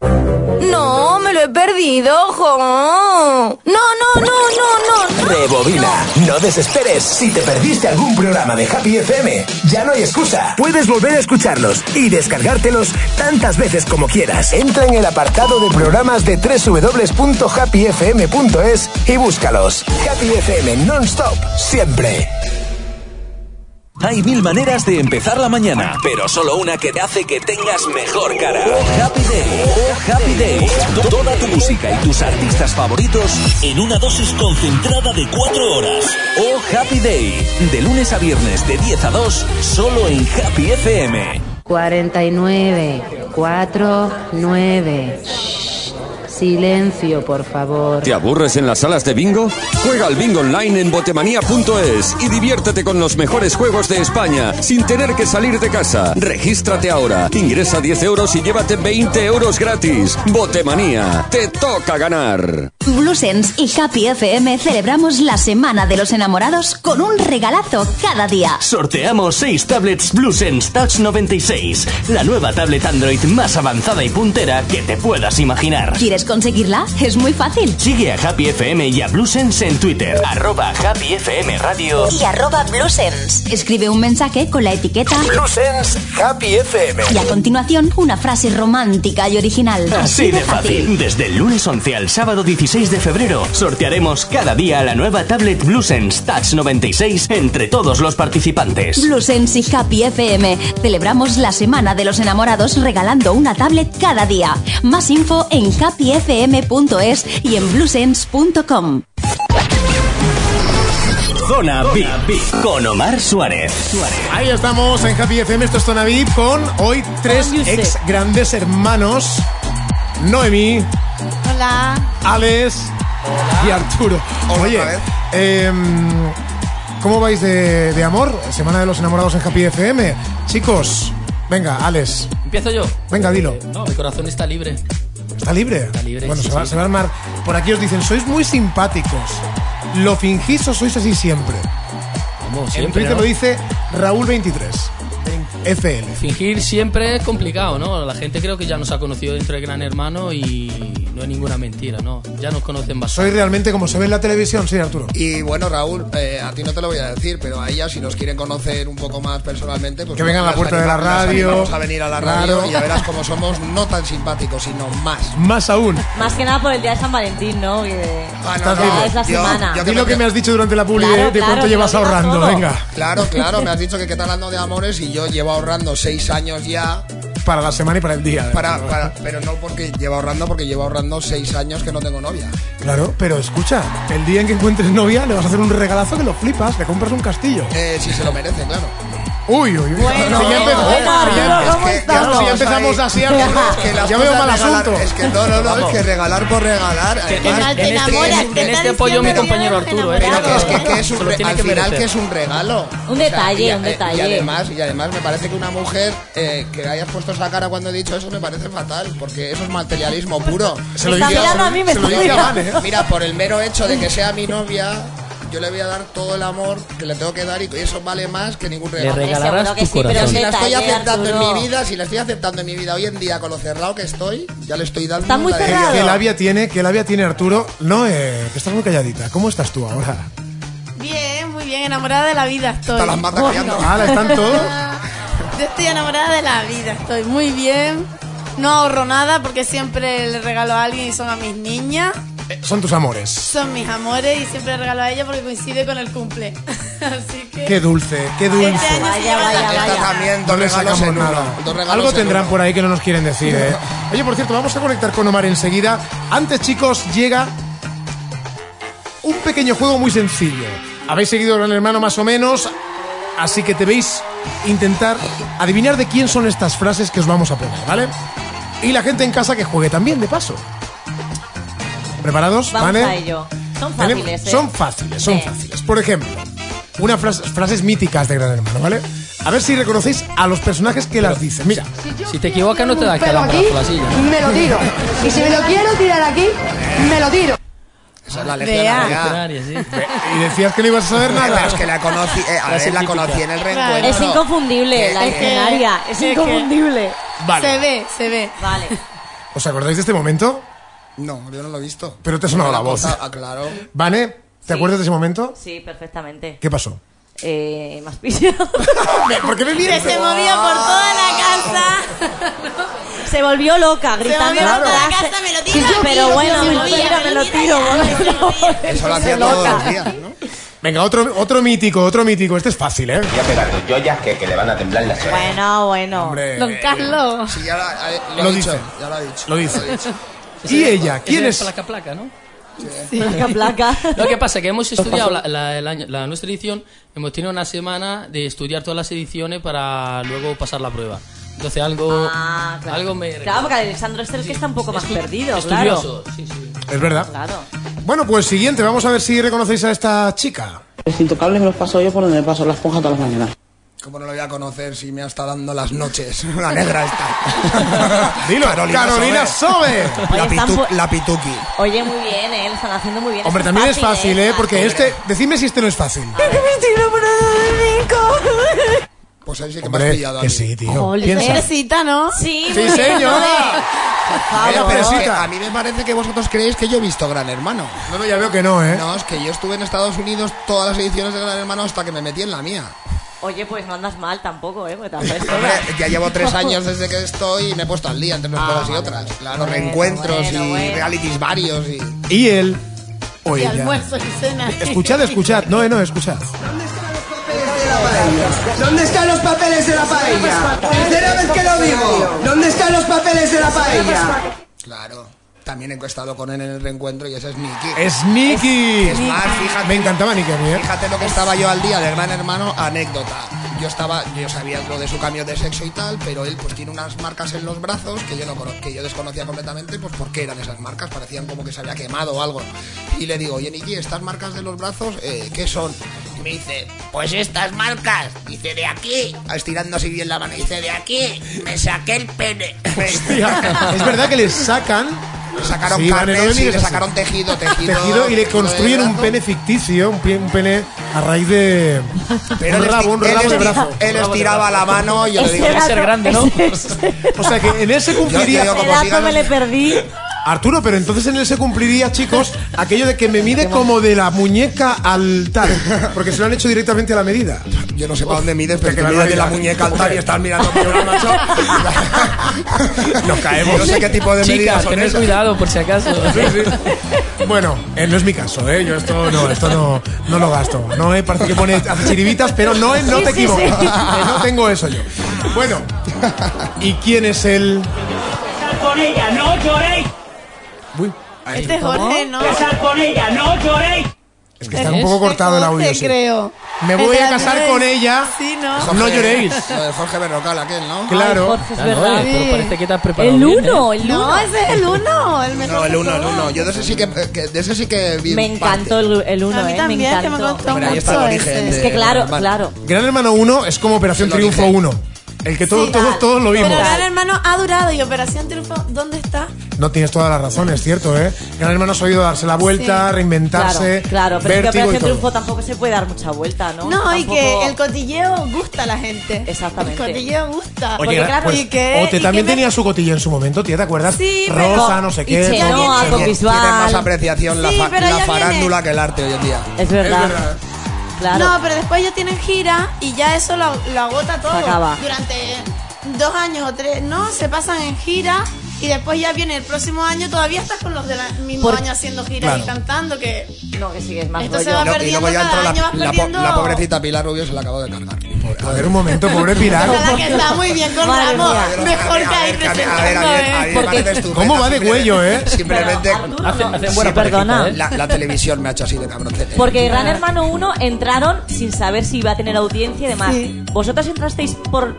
Speaker 9: No, me lo he perdido, ojo. No, no, no, no, no.
Speaker 10: Rebobina. No desesperes si te perdiste algún programa de Happy FM. Ya no hay excusa. Puedes volver a escucharlos y descargártelos tantas veces como quieras. Entra en el apartado de programas de www.happyfm.es y búscalos. Happy FM non-stop, siempre.
Speaker 1: Hay mil maneras de empezar la mañana, pero solo una que te hace que tengas mejor cara. Oh, happy Day, oh, Happy Day. To- Toda tu música y tus artistas favoritos en una dosis concentrada de 4 horas. Oh Happy Day, de lunes a viernes de 10 a 2, solo en Happy FM.
Speaker 11: 49, 4, 9. Silencio, por favor.
Speaker 12: ¿Te aburres en las salas de bingo? Juega al bingo online en botemanía.es y diviértete con los mejores juegos de España sin tener que salir de casa. Regístrate ahora, ingresa 10 euros y llévate 20 euros gratis. Botemanía, te toca ganar.
Speaker 13: Blue Sense y Happy FM celebramos la Semana de los Enamorados con un regalazo cada día.
Speaker 14: Sorteamos 6 tablets BlueSense Touch 96, la nueva tablet Android más avanzada y puntera que te puedas imaginar.
Speaker 13: ¿Quieres conseguirla? Es muy fácil.
Speaker 14: Sigue a Happy FM y a BlueSense en Twitter, arroba Happy FM Radio.
Speaker 13: Y arroba Blue Sense. Escribe un mensaje con la etiqueta
Speaker 10: Blue Sense Happy FM.
Speaker 13: y a continuación una frase romántica y original.
Speaker 14: Así de fácil. Desde el lunes 11 al sábado 16 de febrero, sortearemos cada día la nueva tablet BlueSense Touch 96 entre todos los participantes.
Speaker 13: Blue Sense y Happy FM. Celebramos la Semana de los Enamorados regalando una tablet cada día. Más info en happyfm.es y en bluesense.com.
Speaker 1: Zona VIP con Omar Suárez.
Speaker 4: Ahí estamos en Happy FM, esto es Zona VIP con hoy tres ex grandes hermanos, Noemi,
Speaker 6: Hola.
Speaker 4: Alex y Arturo. Oye,
Speaker 7: otra vez.
Speaker 4: em, ¿cómo vais de, de amor? Semana de los enamorados en Happy FM. Chicos, venga, Alex,
Speaker 5: Empiezo yo.
Speaker 4: venga, dilo.
Speaker 5: Eh, No, mi corazón está libre.
Speaker 4: ¿Está libre? Está
Speaker 5: libre,
Speaker 4: Bueno,
Speaker 5: sí,
Speaker 4: se, va,
Speaker 5: sí.
Speaker 4: se va a armar. Por aquí os dicen, sois muy simpáticos. ¿Lo fingís o sois así siempre?
Speaker 5: Como
Speaker 4: en
Speaker 5: siempre.
Speaker 4: Twitter
Speaker 5: ¿no?
Speaker 4: lo dice Raúl23. FL.
Speaker 5: Fingir siempre es complicado, ¿no? La gente creo que ya nos ha conocido dentro de Gran Hermano y no es ninguna mentira, ¿no? Ya nos conocen
Speaker 4: Soy
Speaker 5: bastante.
Speaker 4: realmente como se ve en la televisión, sí, Arturo.
Speaker 7: Y bueno, Raúl, eh, a ti no te lo voy a decir, pero a ella, si nos quieren conocer un poco más personalmente, pues
Speaker 4: Que vengan a la
Speaker 7: las
Speaker 4: puerta de la
Speaker 7: animamos- las
Speaker 4: radio.
Speaker 7: animamos a venir a la radio
Speaker 4: Claro.
Speaker 7: y ya verás cómo somos no tan simpáticos, sino más.
Speaker 4: Más aún.
Speaker 3: Más que nada por el día de San Valentín, ¿no? Que-
Speaker 7: Ah,
Speaker 4: Estás
Speaker 3: vivo.
Speaker 7: yo-
Speaker 3: Es la
Speaker 7: yo
Speaker 3: semana.
Speaker 7: que
Speaker 4: Di lo que me has dicho durante la publi
Speaker 3: Claro,
Speaker 4: de- de
Speaker 3: claro,
Speaker 4: cuánto
Speaker 3: que
Speaker 4: llevas
Speaker 3: lo digas
Speaker 4: ahorrando,
Speaker 3: todo.
Speaker 4: venga.
Speaker 7: Claro, claro, me has dicho que qué tal hablando de amores y yo llevo ahorrando seis años ya
Speaker 4: Para la semana y para el día.
Speaker 7: para, para- pero no porque llevo ahorrando, porque llevo ahorrando seis años que no tengo novia.
Speaker 4: Claro, pero escucha, el día en que encuentres novia le vas a hacer un regalazo que lo flipas, le compras un castillo.
Speaker 7: Eh, si se lo merece, claro.
Speaker 4: Uy, uy, uy.
Speaker 3: Bueno,
Speaker 4: Si ya empezó-
Speaker 3: bueno,
Speaker 4: si ya-
Speaker 3: Arturo,
Speaker 4: es
Speaker 3: ¿cómo
Speaker 4: que ya-
Speaker 3: estamos
Speaker 4: si ya empezamos
Speaker 7: ahí?
Speaker 4: así, Arturo,
Speaker 7: Es que las
Speaker 4: ya veo
Speaker 7: cosas
Speaker 4: mal
Speaker 7: regalar-
Speaker 4: asunto.
Speaker 7: Es que no, no, no, es que regalar por regalar.
Speaker 6: ¿Qué
Speaker 7: además,
Speaker 6: tal te
Speaker 5: en este-
Speaker 6: enamoras?
Speaker 5: en
Speaker 6: ¿Qué
Speaker 5: este
Speaker 6: tal
Speaker 5: apoyo mi
Speaker 6: siempre
Speaker 5: compañero
Speaker 6: te
Speaker 5: Arturo, ¿eh?
Speaker 7: Pero que es que, que es un
Speaker 5: Se lo
Speaker 7: re-
Speaker 5: tiene
Speaker 7: al
Speaker 5: que
Speaker 7: final
Speaker 5: merecer.
Speaker 7: que es un regalo.
Speaker 3: Un
Speaker 7: O sea,
Speaker 3: detalle,
Speaker 7: y a-
Speaker 3: un detalle.
Speaker 7: Y además, y además me parece que una mujer eh, que hayas puesto esa cara cuando he dicho eso me parece fatal, porque eso es materialismo puro.
Speaker 4: Se lo
Speaker 3: Está
Speaker 4: dije a-
Speaker 3: mirando a mí, me
Speaker 4: se lo
Speaker 3: está
Speaker 4: dije a
Speaker 3: mirando.
Speaker 4: Vane, ¿eh?
Speaker 7: Mira, por el mero hecho de que sea mi novia, yo le voy a dar todo el amor que le tengo que dar y eso vale más que ningún
Speaker 5: Le
Speaker 7: regalo.
Speaker 5: regalarás
Speaker 3: Eh, Seguro que
Speaker 5: tu
Speaker 3: sí, pero
Speaker 5: corazón.
Speaker 7: Si la estoy
Speaker 3: Detalle,
Speaker 7: aceptando en
Speaker 3: Arturo.
Speaker 7: mi vida, si la estoy aceptando en mi vida hoy en día con lo cerrado que estoy, ya le estoy dando.
Speaker 3: Está muy
Speaker 7: la de-
Speaker 3: cerrado.
Speaker 4: ¿Qué labia tiene, qué labia tiene Arturo? No, eh, que estás muy calladita. ¿Cómo estás tú ahora?
Speaker 6: Bien, muy bien, enamorada de la vida estoy.
Speaker 7: Hasta las matas callando.
Speaker 4: Ala, ¿Están todos?
Speaker 6: Yo estoy enamorada de la vida, estoy muy bien. No ahorro nada porque siempre le regalo a alguien y son a mis niñas.
Speaker 4: Eh, Son tus amores.
Speaker 6: Son mis amores y siempre le regalo a ella porque coincide con el cumple. Así que...
Speaker 4: Qué dulce, qué
Speaker 6: Este
Speaker 4: dulce.
Speaker 6: año se
Speaker 3: Vaya,
Speaker 6: lleva
Speaker 3: vaya,
Speaker 6: la-
Speaker 3: vaya.
Speaker 7: Esta también,
Speaker 4: No
Speaker 7: dos
Speaker 4: le
Speaker 7: regalos
Speaker 4: sacamos
Speaker 7: en uno.
Speaker 4: nada.
Speaker 7: Dos regalos
Speaker 4: Algo
Speaker 7: en
Speaker 4: tendrán
Speaker 7: uno.
Speaker 4: por ahí que no nos quieren decir, ¿eh? Oye, por cierto, vamos a conectar con Omar enseguida. Antes, chicos, llega un pequeño juego muy sencillo. Habéis seguido Gran Hermano más o menos, así que debéis intentar adivinar de quién son estas frases que os vamos a poner, ¿vale? Y la gente en casa que juegue también, de paso. ¿Preparados?
Speaker 3: Vamos
Speaker 4: ¿Vale?
Speaker 3: a ello. Son
Speaker 4: Tenemos-
Speaker 3: fáciles, ¿eh?
Speaker 4: Son fáciles, son
Speaker 3: Sí.
Speaker 4: fáciles. Por ejemplo, unas frases míticas de Gran Hermano, ¿vale? A ver si reconocéis a los personajes que las dicen. Mira,
Speaker 5: Si te equivocas no te das
Speaker 11: Pero
Speaker 5: calambra
Speaker 11: aquí
Speaker 5: por la silla.
Speaker 11: me lo tiro. Y si me lo quiero tirar aquí, me lo tiro.
Speaker 7: Esa es la
Speaker 4: Ah,
Speaker 7: legión
Speaker 4: de A.
Speaker 7: área.
Speaker 4: Y decías que no ibas a saber
Speaker 7: Pero
Speaker 4: nada.
Speaker 7: es que la conocí, eh, a ver, la conocí en el reencuentro.
Speaker 3: Es inconfundible
Speaker 7: Que-
Speaker 3: la
Speaker 7: que-
Speaker 3: escenaria. Es
Speaker 6: que-
Speaker 3: inconfundible.
Speaker 4: Vale.
Speaker 6: Se ve, se ve.
Speaker 3: Vale.
Speaker 4: ¿Os acordáis de este momento?
Speaker 7: No, yo no lo he visto.
Speaker 4: Pero te ha sonado la voz.
Speaker 7: Ah, claro.
Speaker 4: ¿Vane? ¿Te acuerdas de ese momento?
Speaker 3: Sí, perfectamente.
Speaker 4: ¿Qué pasó?
Speaker 3: Eh, más pillado.
Speaker 4: ¿Por qué me miras?
Speaker 6: Que se movía por toda la casa.
Speaker 3: Se volvió loca gritando
Speaker 6: volvió loca la
Speaker 3: frase.
Speaker 6: casa, me lo tira,
Speaker 3: Pero
Speaker 6: me lo
Speaker 3: bueno,
Speaker 6: tira,
Speaker 3: me
Speaker 6: me
Speaker 3: lo
Speaker 6: lo
Speaker 3: tira,
Speaker 6: tira,
Speaker 3: me lo tiro.
Speaker 7: Eso lo hacía
Speaker 4: loca.
Speaker 7: todos los días, ¿no?
Speaker 4: Venga, otro, otro mítico, otro mítico. Este es fácil, ¿eh?
Speaker 15: Voy a pegar dos yoyas que, que le van a temblar las orejas.
Speaker 3: Bueno, bueno.
Speaker 4: Hombre.
Speaker 6: Don Carlos.
Speaker 7: Sí, ya la- eh, lo,
Speaker 4: Lo
Speaker 7: he dicho,
Speaker 4: dice.
Speaker 7: Ya lo ha dicho.
Speaker 4: Lo dice.
Speaker 7: he dicho.
Speaker 4: ¿Y ella? ¿Quién
Speaker 5: Ese
Speaker 4: es?
Speaker 5: Placa, placa, ¿no?
Speaker 6: Sí.
Speaker 3: Placa, placa.
Speaker 5: Lo que pasa es que hemos estudiado la, la- el año- la- nuestra edición, hemos tenido una semana de estudiar todas las ediciones para luego pasar la prueba. Entonces algo,
Speaker 3: Ah, claro.
Speaker 5: algo me...
Speaker 3: Claro, porque Alessandro es el que está un poco más perdido,
Speaker 5: estudioso,
Speaker 3: claro.
Speaker 4: Es verdad.
Speaker 3: Claro.
Speaker 4: Bueno, pues siguiente. Vamos a ver si reconocéis a esta chica.
Speaker 16: Los intocables me los paso yo por donde paso la esponja todas las mañanas.
Speaker 7: ¿Cómo no lo voy a conocer si me ha estado dando las noches? La negra está.
Speaker 4: Dilo,
Speaker 7: Carolina
Speaker 4: Carolina Sobe.
Speaker 7: La,
Speaker 3: Oye, están
Speaker 7: pitu-
Speaker 3: pu-
Speaker 7: la pituqui.
Speaker 3: Oye, muy bien, ¿eh? Lo están haciendo muy bien.
Speaker 4: Hombre,
Speaker 3: Esto
Speaker 4: también es fácil, ¿eh? Porque
Speaker 3: Fácil.
Speaker 4: este... Decidme si este no es fácil.
Speaker 3: Me estoy enamorando de Nico.
Speaker 7: Pues ahí sí que me has
Speaker 4: Hombre,
Speaker 7: pillado a
Speaker 4: que
Speaker 7: mí.
Speaker 4: sí, tío.
Speaker 6: Jolín.
Speaker 4: Piensa.
Speaker 6: Teresita, Este ¿no?
Speaker 3: Sí,
Speaker 4: Sí, señora.
Speaker 7: Pero
Speaker 4: Venga,
Speaker 7: es que
Speaker 4: Teresita.
Speaker 7: a mí me parece que vosotros creéis que yo he visto Gran Hermano.
Speaker 4: No, no, ya veo que no, ¿eh?
Speaker 7: No, es que yo estuve en Estados Unidos todas las ediciones de Gran Hermano hasta que me metí en la mía.
Speaker 3: Oye, pues no andas mal tampoco, ¿eh? Porque tampoco es
Speaker 7: Hombre, ya llevo tres años desde que estoy y me he puesto al día entre
Speaker 4: Ah,
Speaker 7: unas cosas y otras. Claro,
Speaker 3: Bueno,
Speaker 7: reencuentros
Speaker 3: bueno,
Speaker 7: y
Speaker 3: bueno.
Speaker 7: realities varios y...
Speaker 4: Y él... O
Speaker 6: Y
Speaker 4: ella.
Speaker 6: almuerzo y cena.
Speaker 4: Escuchad, escuchad. No, eh, no, escuchad.
Speaker 17: ¿Dónde están los papeles de la paella? Tercera vez que lo digo. ¿Dónde están los papeles de la paella?
Speaker 7: Claro. También he estado con él en el reencuentro y esa es Nicky.
Speaker 4: Es Nicky.
Speaker 7: Es más, fíjate.
Speaker 4: Me encantaba Nicky a mí, ¿eh?
Speaker 7: Fíjate lo que estaba yo al día de Gran Hermano, anécdota. Yo estaba, yo sabía lo de su cambio de sexo y tal, pero él pues tiene unas marcas en los brazos que yo no cono- que yo desconocía completamente, pues por qué eran esas marcas, parecían como que se había quemado o algo. Y le digo, oye Nicky, estas marcas de los brazos, eh, ¿qué son? Y me dice, pues estas marcas, dice de aquí, estirando así bien la mano, dice de aquí, me saqué el pene.
Speaker 4: Hostia, es verdad que les sacan.
Speaker 7: Le sacaron
Speaker 4: Sí,
Speaker 7: carne,
Speaker 4: Vane, no me
Speaker 7: sí, le
Speaker 4: mires así.
Speaker 7: sacaron tejido, tejido.
Speaker 4: tejido y le construyen un
Speaker 7: brazo.
Speaker 4: pene ficticio, un pene, un pene a raíz de
Speaker 7: Pero
Speaker 4: un
Speaker 7: él esti-
Speaker 4: rabo, un
Speaker 7: él
Speaker 4: rabo de
Speaker 7: esti-
Speaker 4: brazo.
Speaker 7: Él estiraba la mano y yo le
Speaker 3: Ese
Speaker 7: digo,
Speaker 3: dato-
Speaker 4: O sea que en él se cumpliría.
Speaker 7: Yo- yo como
Speaker 3: Ese
Speaker 7: sigan-
Speaker 3: dato me le perdí.
Speaker 4: Arturo, pero entonces en él se cumpliría, chicos, aquello de que me mide como de la muñeca al tal. Porque se lo han hecho directamente a la medida.
Speaker 7: Yo no sé para dónde mides, pero
Speaker 4: Te
Speaker 7: que
Speaker 4: quedas
Speaker 7: miras de la
Speaker 4: ahí,
Speaker 7: muñeca al tal
Speaker 4: hombre.
Speaker 7: y estás mirando por una macho. Nos caemos. No sé qué tipo de medidas
Speaker 5: Chicas,
Speaker 7: son
Speaker 5: tened
Speaker 7: esas.
Speaker 5: cuidado por si acaso.
Speaker 4: Bueno, eh, no es mi caso, ¿eh? Yo esto no, esto no, no lo gasto. No, eh, parece que pone hace chiribitas, pero no, eh, no
Speaker 3: Sí,
Speaker 4: te
Speaker 3: sí, sí.
Speaker 4: equivoques. Eh, No tengo eso yo. Bueno, ¿y quién es el...?
Speaker 17: con ella, no lloréis.
Speaker 4: Uy, ahí.
Speaker 6: Este es Jorge, ¿no? Este
Speaker 17: Casar con ella, no lloréis.
Speaker 4: Es que está un poco cortado el audio. sí.
Speaker 6: creo. Este
Speaker 4: Me voy a casar con ella.
Speaker 6: Sí, ¿no?
Speaker 4: Jorge. No lloréis.
Speaker 7: Lo de Jorge Berrocal, aquel, ¿no?
Speaker 4: Claro.
Speaker 5: Ah, no, eh, pero parece que te has preparado
Speaker 3: El
Speaker 5: bien, ¿eh?
Speaker 3: uno, el uno.
Speaker 6: No, ese es el uno. El mejor
Speaker 7: No, el uno,
Speaker 6: de
Speaker 7: el
Speaker 6: todos.
Speaker 7: uno. Yo de ese sí que, que- de ese sí que vi
Speaker 3: Me
Speaker 7: parte.
Speaker 3: encantó el, el uno,
Speaker 6: A mí
Speaker 3: ¿eh?
Speaker 6: también,
Speaker 3: me
Speaker 6: que me
Speaker 3: encantó.
Speaker 6: gustó
Speaker 7: Hombre, ahí está el
Speaker 6: mucho este.
Speaker 7: origen
Speaker 6: ese.
Speaker 3: Es que
Speaker 7: de-
Speaker 3: claro,
Speaker 7: Vale.
Speaker 3: claro.
Speaker 4: Gran Hermano 1 es como Operación
Speaker 7: Lo
Speaker 4: Triunfo
Speaker 7: dije.
Speaker 4: 1. El que todos,
Speaker 6: Sí,
Speaker 4: todos,
Speaker 6: tal.
Speaker 4: todos lo vimos.
Speaker 6: Pero Gran Hermano ha durado y Operación Triunfo, ¿dónde está?
Speaker 4: No tienes toda la razón, es cierto, ¿eh? Gran Hermano ha sabido darse la vuelta,
Speaker 6: Sí.
Speaker 3: Claro,
Speaker 4: reinventarse,
Speaker 3: claro, pero es que
Speaker 4: vértigo y
Speaker 3: Operación
Speaker 4: todo.
Speaker 3: Triunfo tampoco se puede dar mucha vuelta, ¿no?
Speaker 6: No, y
Speaker 3: Tampoco-
Speaker 6: que el cotilleo gusta a la gente.
Speaker 3: Exactamente.
Speaker 6: El cotilleo gusta.
Speaker 4: Oye,
Speaker 6: Porque claro,
Speaker 4: pues,
Speaker 6: y que.
Speaker 4: Ote
Speaker 6: y que
Speaker 4: también
Speaker 6: me-
Speaker 4: tenía su cotilla en su momento, tía, ¿te acuerdas?
Speaker 6: Sí, pero-
Speaker 4: Rosa, no sé
Speaker 3: y
Speaker 4: qué.
Speaker 3: Chenoa,
Speaker 4: todo.
Speaker 3: con
Speaker 7: Tiene-
Speaker 3: Bisbal.
Speaker 7: Tiene más apreciación la,
Speaker 6: Sí,
Speaker 7: fa-
Speaker 6: pero
Speaker 7: la
Speaker 6: ya
Speaker 7: farándula
Speaker 6: viene.
Speaker 7: que el arte hoy en día.
Speaker 3: Es verdad.
Speaker 4: verdad.
Speaker 3: Claro.
Speaker 6: No, pero después ellos tienen gira y ya eso lo, lo agota todo.
Speaker 3: Se acaba.
Speaker 6: Durante dos años o tres, ¿no? Se pasan en gira y después ya viene el próximo año. Todavía estás con los del mismo
Speaker 3: Por-
Speaker 6: año haciendo giras
Speaker 4: Claro.
Speaker 6: y cantando. que
Speaker 3: No, que sí, que es más
Speaker 6: Esto se
Speaker 3: rollo.
Speaker 6: va a
Speaker 7: Y luego- y
Speaker 6: perdiendo
Speaker 7: luego ya entró
Speaker 6: cada
Speaker 7: la,
Speaker 6: año, vas
Speaker 7: la po-
Speaker 6: perdiendo-
Speaker 7: la pobrecita Pilar Rubio se la acabo de cargar.
Speaker 4: A ver, un momento, pobre Pilar.
Speaker 6: Ojalá que está muy bien con
Speaker 3: Madre
Speaker 6: Ramos.
Speaker 3: mía.
Speaker 6: Mejor que ahí
Speaker 7: A ver,
Speaker 6: presentando,
Speaker 7: a ver, a ver, a
Speaker 6: ¿eh?
Speaker 7: ver, me parece estupenda.
Speaker 4: ¿Cómo va de cuello, eh?
Speaker 7: Simplemente.
Speaker 5: Hacen, hacen
Speaker 7: Sí,
Speaker 5: buena parejita,
Speaker 3: perdona.
Speaker 5: ¿eh?
Speaker 7: La, la televisión me ha hecho así de cabrón.
Speaker 3: Porque Gran Hermano 1 entraron sin saber si iba a tener audiencia y demás.
Speaker 6: Sí.
Speaker 3: Vosotros entrasteis por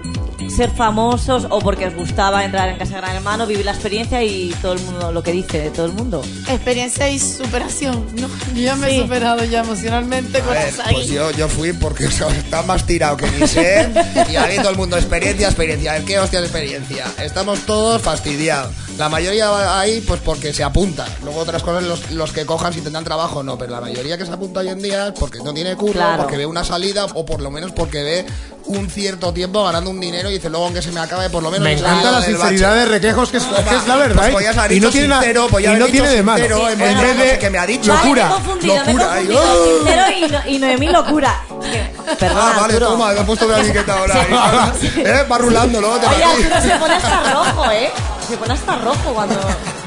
Speaker 3: ser famosos o porque os gustaba entrar en casa de Gran Hermano, vivir la experiencia y todo el mundo lo que dice de todo el mundo.
Speaker 6: Experiencia y superación. No, yo ya me he
Speaker 3: Sí.
Speaker 6: superado ya emocionalmente
Speaker 7: A
Speaker 6: con
Speaker 7: ver,
Speaker 6: las
Speaker 7: pues yo, yo fui porque o sea, está más tirado que ni sé. Y ha todo el mundo experiencia, experiencia. ¿El ¿Qué hostia experiencia? Estamos todos fastidiados. La mayoría va ahí pues porque se apunta. Luego otras cosas los, los que cojan si tendrán trabajo no, pero la mayoría que se apunta hoy en día es porque no tiene curro,
Speaker 3: Claro.
Speaker 7: porque ve una salida o por lo menos porque ve un cierto tiempo ganando un dinero y dice luego aunque se me acabe por lo menos
Speaker 4: Me
Speaker 7: he salido
Speaker 4: encanta la
Speaker 7: del
Speaker 4: sinceridad
Speaker 7: bache".
Speaker 4: de Requejos, que es,
Speaker 7: Toma,
Speaker 4: que es la verdad.
Speaker 7: pues podías haber
Speaker 4: ¿eh? y no
Speaker 7: dicho
Speaker 4: tiene, nada-
Speaker 7: sincero, podías
Speaker 4: y
Speaker 7: haber
Speaker 4: no
Speaker 7: dicho
Speaker 4: tiene de malo.
Speaker 7: sincero, en
Speaker 4: en
Speaker 7: vez
Speaker 4: vez
Speaker 7: de-
Speaker 4: de
Speaker 7: que me ha dicho.
Speaker 4: Locura.
Speaker 3: Vale, me he confundido, me he
Speaker 7: Locura,
Speaker 3: confundido,
Speaker 7: ay, oh.
Speaker 3: sincero y, no- y Noemí locura. Perdona,
Speaker 7: ah, vale,
Speaker 3: Arturo.
Speaker 7: toma, me he puesto una etiqueta ahora.
Speaker 3: Sí.
Speaker 7: eh, va rulándolo, te
Speaker 3: Oye,
Speaker 7: metí.
Speaker 3: Arturo se pone hasta rojo, ¿eh? Se pone hasta rojo cuando...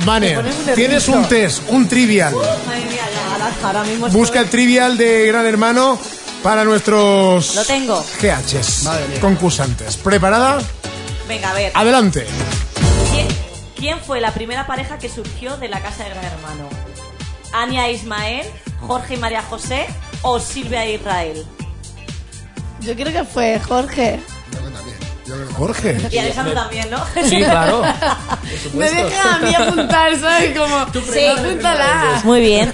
Speaker 4: Vane,
Speaker 3: te pones muy
Speaker 4: tienes
Speaker 3: nervioso.
Speaker 4: un test, un trivial.
Speaker 3: Madre mía, la balaza, ahora mismo estoy-
Speaker 4: Busca el trivial de Gran Hermano para nuestros
Speaker 3: Lo tengo.
Speaker 4: GHs,
Speaker 3: Madre mía.
Speaker 4: concursantes. ¿Preparada?
Speaker 3: Venga, a ver.
Speaker 4: Adelante.
Speaker 3: ¿Quién, quién fue la primera pareja que surgió de la casa de Gran Hermano? ¿Ania Ismael, Jorge y María José o Silvia e Israel?
Speaker 6: Yo creo que fue Jorge.
Speaker 4: Jorge.
Speaker 3: Y Alejandro también, ¿no?
Speaker 6: Sí, claro. Me
Speaker 3: supuesto.
Speaker 6: dejan a mí apuntar, ¿sabes? Como, sí, apúntala.
Speaker 3: Muy bien.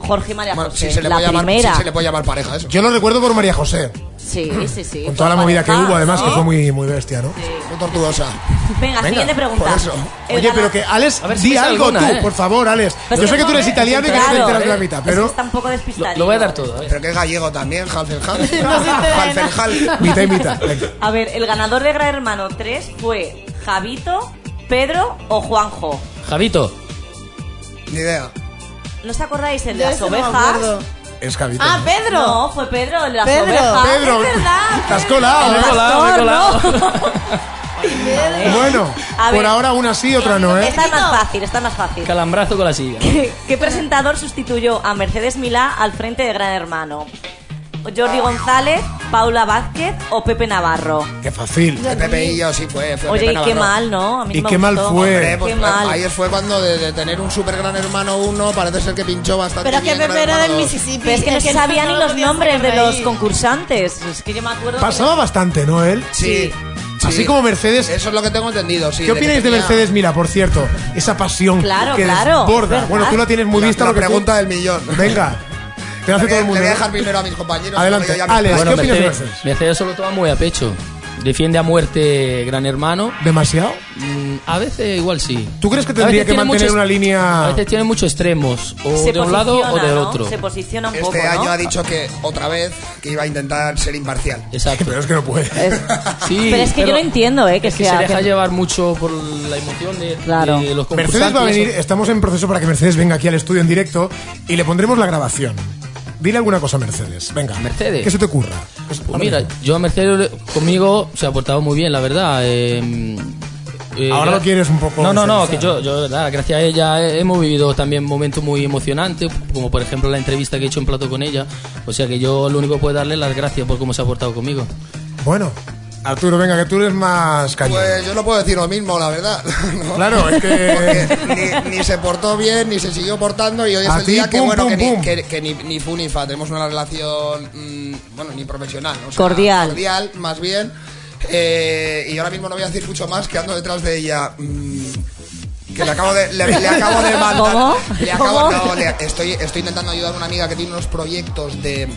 Speaker 3: Jorge y María José, la
Speaker 4: puede llamar-
Speaker 3: primera.
Speaker 4: sí
Speaker 7: se le puede llamar pareja eso.
Speaker 4: Yo lo recuerdo por María José.
Speaker 3: Sí, sí, sí.
Speaker 4: Con toda la
Speaker 3: Fue
Speaker 4: movida que
Speaker 3: pareja,
Speaker 4: hubo, además,
Speaker 3: sí.
Speaker 4: que fue muy, muy bestia, ¿no?
Speaker 7: Muy tortuosa.
Speaker 3: Venga,
Speaker 4: Venga,
Speaker 3: siguiente pregunta.
Speaker 4: por eso.
Speaker 3: El
Speaker 4: Oye,
Speaker 3: gala-
Speaker 4: pero que, Alex,
Speaker 5: ver si
Speaker 4: di
Speaker 5: ves
Speaker 4: algo
Speaker 5: alguna,
Speaker 4: tú,
Speaker 5: eh.
Speaker 4: por favor, Alex.
Speaker 3: Pues
Speaker 4: Yo
Speaker 3: que
Speaker 4: sé que tú
Speaker 3: no,
Speaker 4: eres
Speaker 3: eh,
Speaker 4: italiano y que no te
Speaker 3: claro,
Speaker 4: enteras de la
Speaker 3: eh.
Speaker 4: mitad,
Speaker 3: Es que
Speaker 4: pero...
Speaker 3: está un poco despistadito.
Speaker 5: Lo voy a dar todo.
Speaker 7: Pero que es gallego también, Halfenhal.
Speaker 3: nada.
Speaker 7: Halfenhal.
Speaker 4: Mitad y mitad. venga.
Speaker 3: A ver, el ganador de Gran Hermano 3 fue Javito, Pedro o Juanjo.
Speaker 5: Javito.
Speaker 7: Ni idea.
Speaker 3: ¿No os acordáis el de
Speaker 6: Yo
Speaker 3: las
Speaker 6: ese no me
Speaker 3: ovejas?
Speaker 6: acuerdo.
Speaker 4: Es Javito.
Speaker 6: Ah, Pedro.
Speaker 3: No, fue Pedro, el de las
Speaker 6: Pedro.
Speaker 3: ovejas.
Speaker 4: Pedro,
Speaker 3: Es verdad.
Speaker 4: te has colado,
Speaker 3: El
Speaker 4: ¿eh?
Speaker 3: pastor,
Speaker 4: Me he colado,
Speaker 3: ¿no?
Speaker 4: Bueno,
Speaker 3: A ver.
Speaker 4: por ahora una sí, otra no, ¿eh?
Speaker 3: Esta es más fácil, esta es más fácil.
Speaker 5: Calambrazo con la silla.
Speaker 3: ¿Qué, qué presentador sustituyó a Mercedes Milá al frente de Gran Hermano? ¿Jordi González, Paula Vázquez o Pepe Navarro?
Speaker 4: Qué fácil.
Speaker 7: El Pepe y yo sí fue. fue
Speaker 3: Oye,
Speaker 7: Pepe
Speaker 3: y qué
Speaker 7: Navarro.
Speaker 3: mal, ¿no? A mí no
Speaker 4: Y
Speaker 3: me
Speaker 4: qué mal
Speaker 3: gustó. eh,
Speaker 4: fue.
Speaker 7: Hombre, pues,
Speaker 3: qué mal.
Speaker 7: Ayer fue cuando de, de tener un super gran hermano uno, parece ser que pinchó bastante.
Speaker 6: Pero que
Speaker 7: bien Gran
Speaker 6: Pepe era
Speaker 7: Hermano
Speaker 6: del
Speaker 7: dos.
Speaker 6: Mississippi.
Speaker 3: Pero es que no
Speaker 6: Es
Speaker 3: se
Speaker 6: que
Speaker 3: sabían
Speaker 6: no
Speaker 3: ni
Speaker 6: lo
Speaker 3: los
Speaker 6: podías
Speaker 3: nombres
Speaker 6: sacar
Speaker 3: de
Speaker 6: de
Speaker 3: los
Speaker 6: ahí.
Speaker 3: concursantes. Es que yo me acuerdo.
Speaker 4: Pasaba bastante, ¿no, él?
Speaker 7: Sí. sí.
Speaker 4: Así como Mercedes...
Speaker 7: Eso es lo que tengo entendido, sí.
Speaker 4: ¿Qué opináis de Mercedes Mira, por cierto? Esa pasión
Speaker 3: Claro,
Speaker 4: que
Speaker 3: claro,
Speaker 4: desborda.
Speaker 3: es
Speaker 4: Bueno, tú
Speaker 3: verdad.
Speaker 4: la tienes muy
Speaker 7: La-
Speaker 4: vista.
Speaker 7: la
Speaker 4: lo que tú-
Speaker 7: pregunta del millón.
Speaker 4: Venga. Te la hace
Speaker 7: Le voy
Speaker 4: todo
Speaker 7: a-
Speaker 4: el
Speaker 7: Le
Speaker 4: mundo.
Speaker 7: voy a
Speaker 4: ¿no?
Speaker 7: dejar primero a mis compañeros.
Speaker 4: Adelante.
Speaker 7: porque yo ya me-
Speaker 4: Alex,
Speaker 7: Bueno,
Speaker 4: ¿qué opinas de
Speaker 5: Mercedes, Mercedes se lo toma muy a pecho. Defiende a muerte Gran Hermano.
Speaker 4: ¿Demasiado?
Speaker 5: Mm, A veces igual sí.
Speaker 4: ¿Tú crees que
Speaker 5: A
Speaker 4: tendría
Speaker 5: veces
Speaker 4: que
Speaker 5: tiene
Speaker 4: mantener
Speaker 5: muchos-
Speaker 4: una
Speaker 5: A
Speaker 4: línea...?
Speaker 5: veces tiene muchos extremos, o
Speaker 3: Se
Speaker 5: de un lado o
Speaker 3: posiciona,
Speaker 5: del
Speaker 3: ¿no?
Speaker 5: otro.
Speaker 3: Se posiciona un poco.
Speaker 7: Este año
Speaker 3: ¿no?
Speaker 7: ha dicho que otra vez que iba a intentar ser imparcial.
Speaker 5: Exacto.
Speaker 4: Pero es que no puede.
Speaker 5: Sí,
Speaker 3: pero es que yo no entiendo, ¿eh? Que,
Speaker 5: es que
Speaker 3: sea-
Speaker 5: se deja
Speaker 3: que-
Speaker 5: llevar mucho por la emoción de,
Speaker 3: Claro.
Speaker 5: de los concursantes.
Speaker 4: Mercedes va a venir,
Speaker 5: eso.
Speaker 4: estamos en proceso para que Mercedes venga aquí al estudio en directo y le pondremos la grabación. Dile alguna cosa a Mercedes, venga.
Speaker 5: Mercedes.
Speaker 4: ¿Qué se te ocurra? ¿Qué se-
Speaker 5: Pues mira, yo a Mercedes conmigo se ha portado muy bien, la verdad. eh, eh,
Speaker 4: Ahora lo
Speaker 5: gra-
Speaker 4: quieres un poco
Speaker 5: No, no, no, que
Speaker 4: centralizar.
Speaker 5: yo, yo, verdad, gracias a ella he- hemos vivido también momentos muy emocionantes, como por ejemplo la entrevista que he hecho en plato con ella. O sea que yo lo único que puedo darle es las gracias por cómo se ha portado conmigo.
Speaker 4: Bueno, Arturo, venga, que tú eres más cañón.
Speaker 7: Pues yo no puedo decir lo mismo, la verdad. ¿no?
Speaker 4: Claro, es que-
Speaker 7: Porque ni, ni se portó bien, ni se siguió portando. Y hoy es
Speaker 4: A
Speaker 7: el
Speaker 4: ti,
Speaker 7: día que,
Speaker 4: pum,
Speaker 7: bueno,
Speaker 4: pum,
Speaker 7: que,
Speaker 4: pum.
Speaker 7: ni, que- que ni, ni fu ni fa. Tenemos una relación, mm, bueno, ni profesional. o sea,
Speaker 3: Cordial.
Speaker 7: Cordial, más bien. Eh, y ahora mismo no voy a decir mucho más que ando detrás de ella. mm, que le acabo de, le, le acabo de mandar.
Speaker 3: ¿Cómo?
Speaker 7: Le acabo-
Speaker 3: ¿Cómo?
Speaker 7: no, le- estoy, estoy intentando ayudar a una amiga que tiene unos proyectos de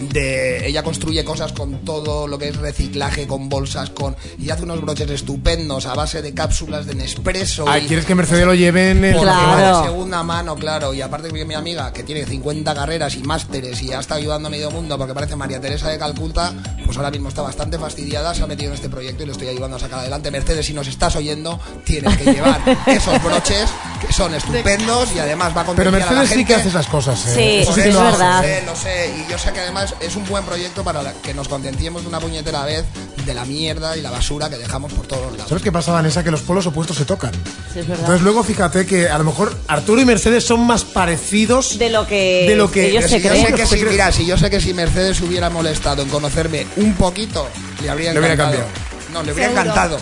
Speaker 7: de ella construye cosas con todo lo que es reciclaje, con bolsas, con y hace unos broches estupendos a base de cápsulas de Nespresso.
Speaker 4: Ay,
Speaker 7: y-
Speaker 4: Ah, ¿quieres que Mercedes lo lleve en el...
Speaker 7: por
Speaker 3: Claro.
Speaker 7: tema de segunda mano, claro. Y aparte que mi amiga, que tiene 50 carreras y másteres y ha estado ayudando a medio mundo porque parece María Teresa de Calcuta, pues ahora mismo está bastante fastidiada, se ha metido en este proyecto y lo estoy ayudando a sacar adelante. Mercedes, si nos estás oyendo, tienes que llevar esos broches que son estupendos y además va a
Speaker 4: Pero
Speaker 7: contribuir a la
Speaker 4: Mercedes sí
Speaker 7: gente.
Speaker 4: que hace esas cosas, ¿eh?
Speaker 3: Sí,
Speaker 4: Eso
Speaker 7: Por
Speaker 4: sí que
Speaker 3: es
Speaker 7: eso,
Speaker 4: lo hace.
Speaker 3: verdad.
Speaker 7: Lo sé, lo sé. Y yo sé que además es un buen proyecto para la- que nos concienciemos de una puñetera vez de la mierda y la basura que dejamos por todos lados.
Speaker 4: ¿Sabes qué pasa, Vanessa? Que los polos opuestos se tocan.
Speaker 3: Sí, es verdad.
Speaker 4: Entonces luego fíjate que a lo mejor Arturo y Mercedes son más parecidos
Speaker 3: de lo que,
Speaker 4: de lo que-
Speaker 3: ellos
Speaker 4: Pero
Speaker 3: se
Speaker 7: Si yo,
Speaker 3: creen.
Speaker 7: sé que
Speaker 4: ¿Se
Speaker 7: si,
Speaker 4: cree?
Speaker 7: mira, si yo sé que si Mercedes hubiera molestado en conocerme un poquito, le habría
Speaker 4: Le hubiera
Speaker 7: encantado. No, le hubiera encantado.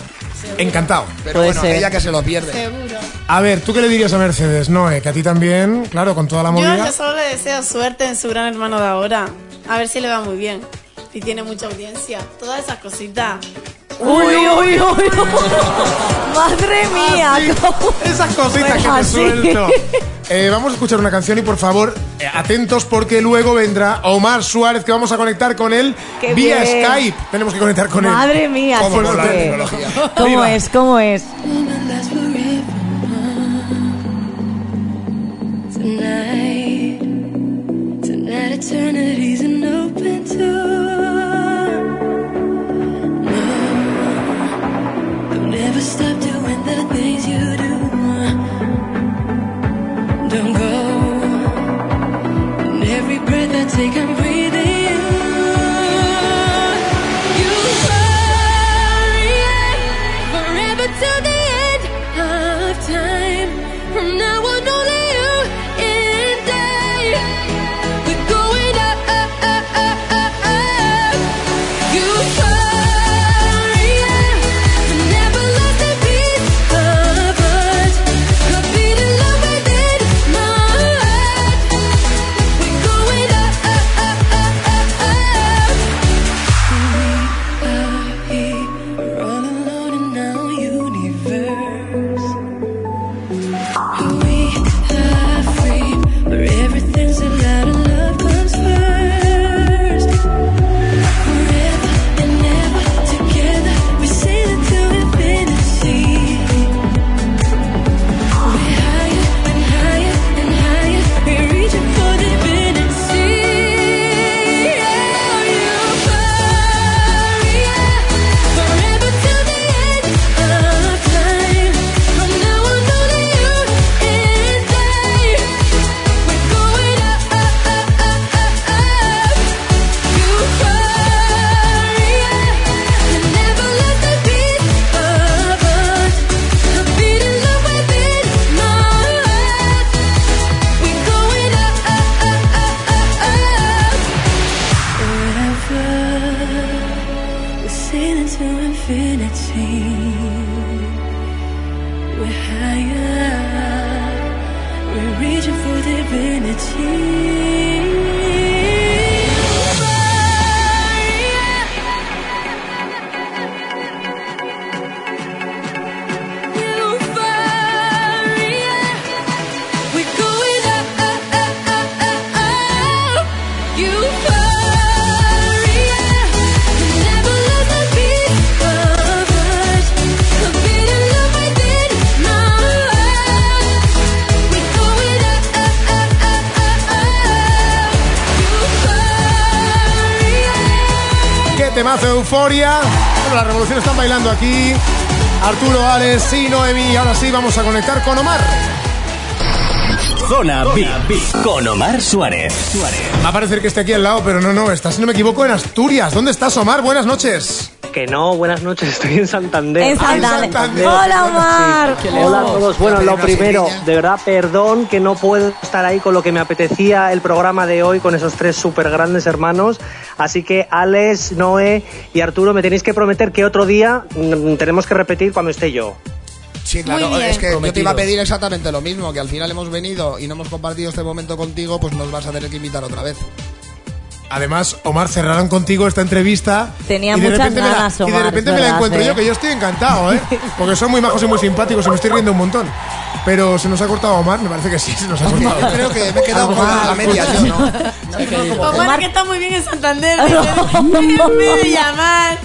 Speaker 4: Encantado.
Speaker 7: Pero
Speaker 3: Puede
Speaker 7: bueno,
Speaker 3: ser.
Speaker 7: ella que se lo pierde.
Speaker 6: Seguro.
Speaker 4: A ver, ¿tú qué le dirías a Mercedes, Noé? Que a ti también, claro, con toda la
Speaker 6: Yo,
Speaker 4: movida.
Speaker 6: yo solo le deseo suerte en su gran hermano de ahora. A ver si le va muy bien. Si tiene mucha audiencia. Todas esas cositas.
Speaker 3: Uy, uy, uy. uy. Madre mía.
Speaker 4: Esas cositas que te suelto. Eh, vamos a escuchar una canción y por favor, eh, atentos porque luego vendrá Omar Suárez que vamos a conectar con él
Speaker 3: Qué
Speaker 4: vía
Speaker 3: bien.
Speaker 4: Skype. Tenemos que conectar con él.
Speaker 3: Madre mía. sí.
Speaker 4: ¿Cómo mola la
Speaker 3: Sí.
Speaker 4: tecnología?
Speaker 3: ¿Cómo
Speaker 4: Viva.
Speaker 3: es? ¿Cómo es?
Speaker 18: Tonight, tonight eternity's an open door. No, don't ever stop doing the things you do. Don't go. In every breath I take, I'm breathing you. You are real, forever till the end of time. From now on, only you and I. We're going up, up, up, up, up, up. You are real, the never lost a piece of us. I've been in love within my heart. We're going up, up, up, up, up, up. We are here, all alone in our universe. We are free, where everything's allowed and love comes first. Forever and ever together, we sail into infinity. We're higher and higher and higher, we're reaching for the infinity. Oh, you fire, forever till the end of time. From now on, only you and I. We're going up, up, up, up, up, up. You fire, never let the beat of us. The beat in love within my heart. We're going up, up, up, up, up, up. Forever. We're sailing to infinity. We're higher. We're reaching for divinity. Euphoria. We're going up, up, up, up, up, up. Euphoria. We never let the beat of us. The beat of love within my heart. We're going up, up, up, up, up,
Speaker 4: ¡Qué
Speaker 18: up. Euphoria.
Speaker 4: temazo euforia! Bueno, la revolución están bailando aquí. Arturo, Alex y Noemi. Ahora sí, vamos a conectar con Omar.
Speaker 14: Zona VIP con Omar Suárez.
Speaker 4: Va a parecer que esté aquí al lado, pero no, no. Está, si no me equivoco, en Asturias. ¿Dónde estás, Omar? Buenas noches.
Speaker 8: Que no, buenas noches, estoy en Santander.
Speaker 4: En Ah, en Santander. Santander. Hola,
Speaker 3: Omar. Oh.
Speaker 8: Sí.
Speaker 3: Qué
Speaker 8: Hola a
Speaker 3: lejos.
Speaker 8: todos. Pues Bueno,
Speaker 3: Pero
Speaker 8: lo
Speaker 3: no,
Speaker 8: primero,
Speaker 3: Sevilla.
Speaker 8: de verdad, perdón que no puedo estar ahí con lo que me apetecía el programa de hoy con esos tres súper grandes hermanos. Así que Alex, Noé y Arturo, me tenéis que prometer que otro día mm, tenemos que repetir cuando esté yo.
Speaker 7: Sí, claro,
Speaker 8: Muy bien.
Speaker 7: es que yo te iba a
Speaker 8: Prometidos.
Speaker 7: pedir exactamente lo mismo, que al final hemos venido y no hemos compartido este momento contigo, pues nos vas a tener que invitar otra vez.
Speaker 4: Además, Omar, cerraron contigo esta entrevista.
Speaker 7: Tenía
Speaker 4: Y de
Speaker 7: muchas
Speaker 4: repente me la-
Speaker 7: ganas,
Speaker 4: Y de
Speaker 7: Omar,
Speaker 4: repente
Speaker 7: es
Speaker 4: me la
Speaker 7: verdad, ¿eh?
Speaker 4: encuentro
Speaker 7: sí.
Speaker 4: yo, que yo estoy encantado, ¿eh? Porque son muy majos y muy simpáticos y me estoy riendo un montón. Pero se nos ha cortado Omar, me parece que sí, se nos ha cortado.
Speaker 7: Yo creo que me he quedado con la media, yo, ¿no?
Speaker 6: Omar, que está muy bien en Santander. En vez de llamar.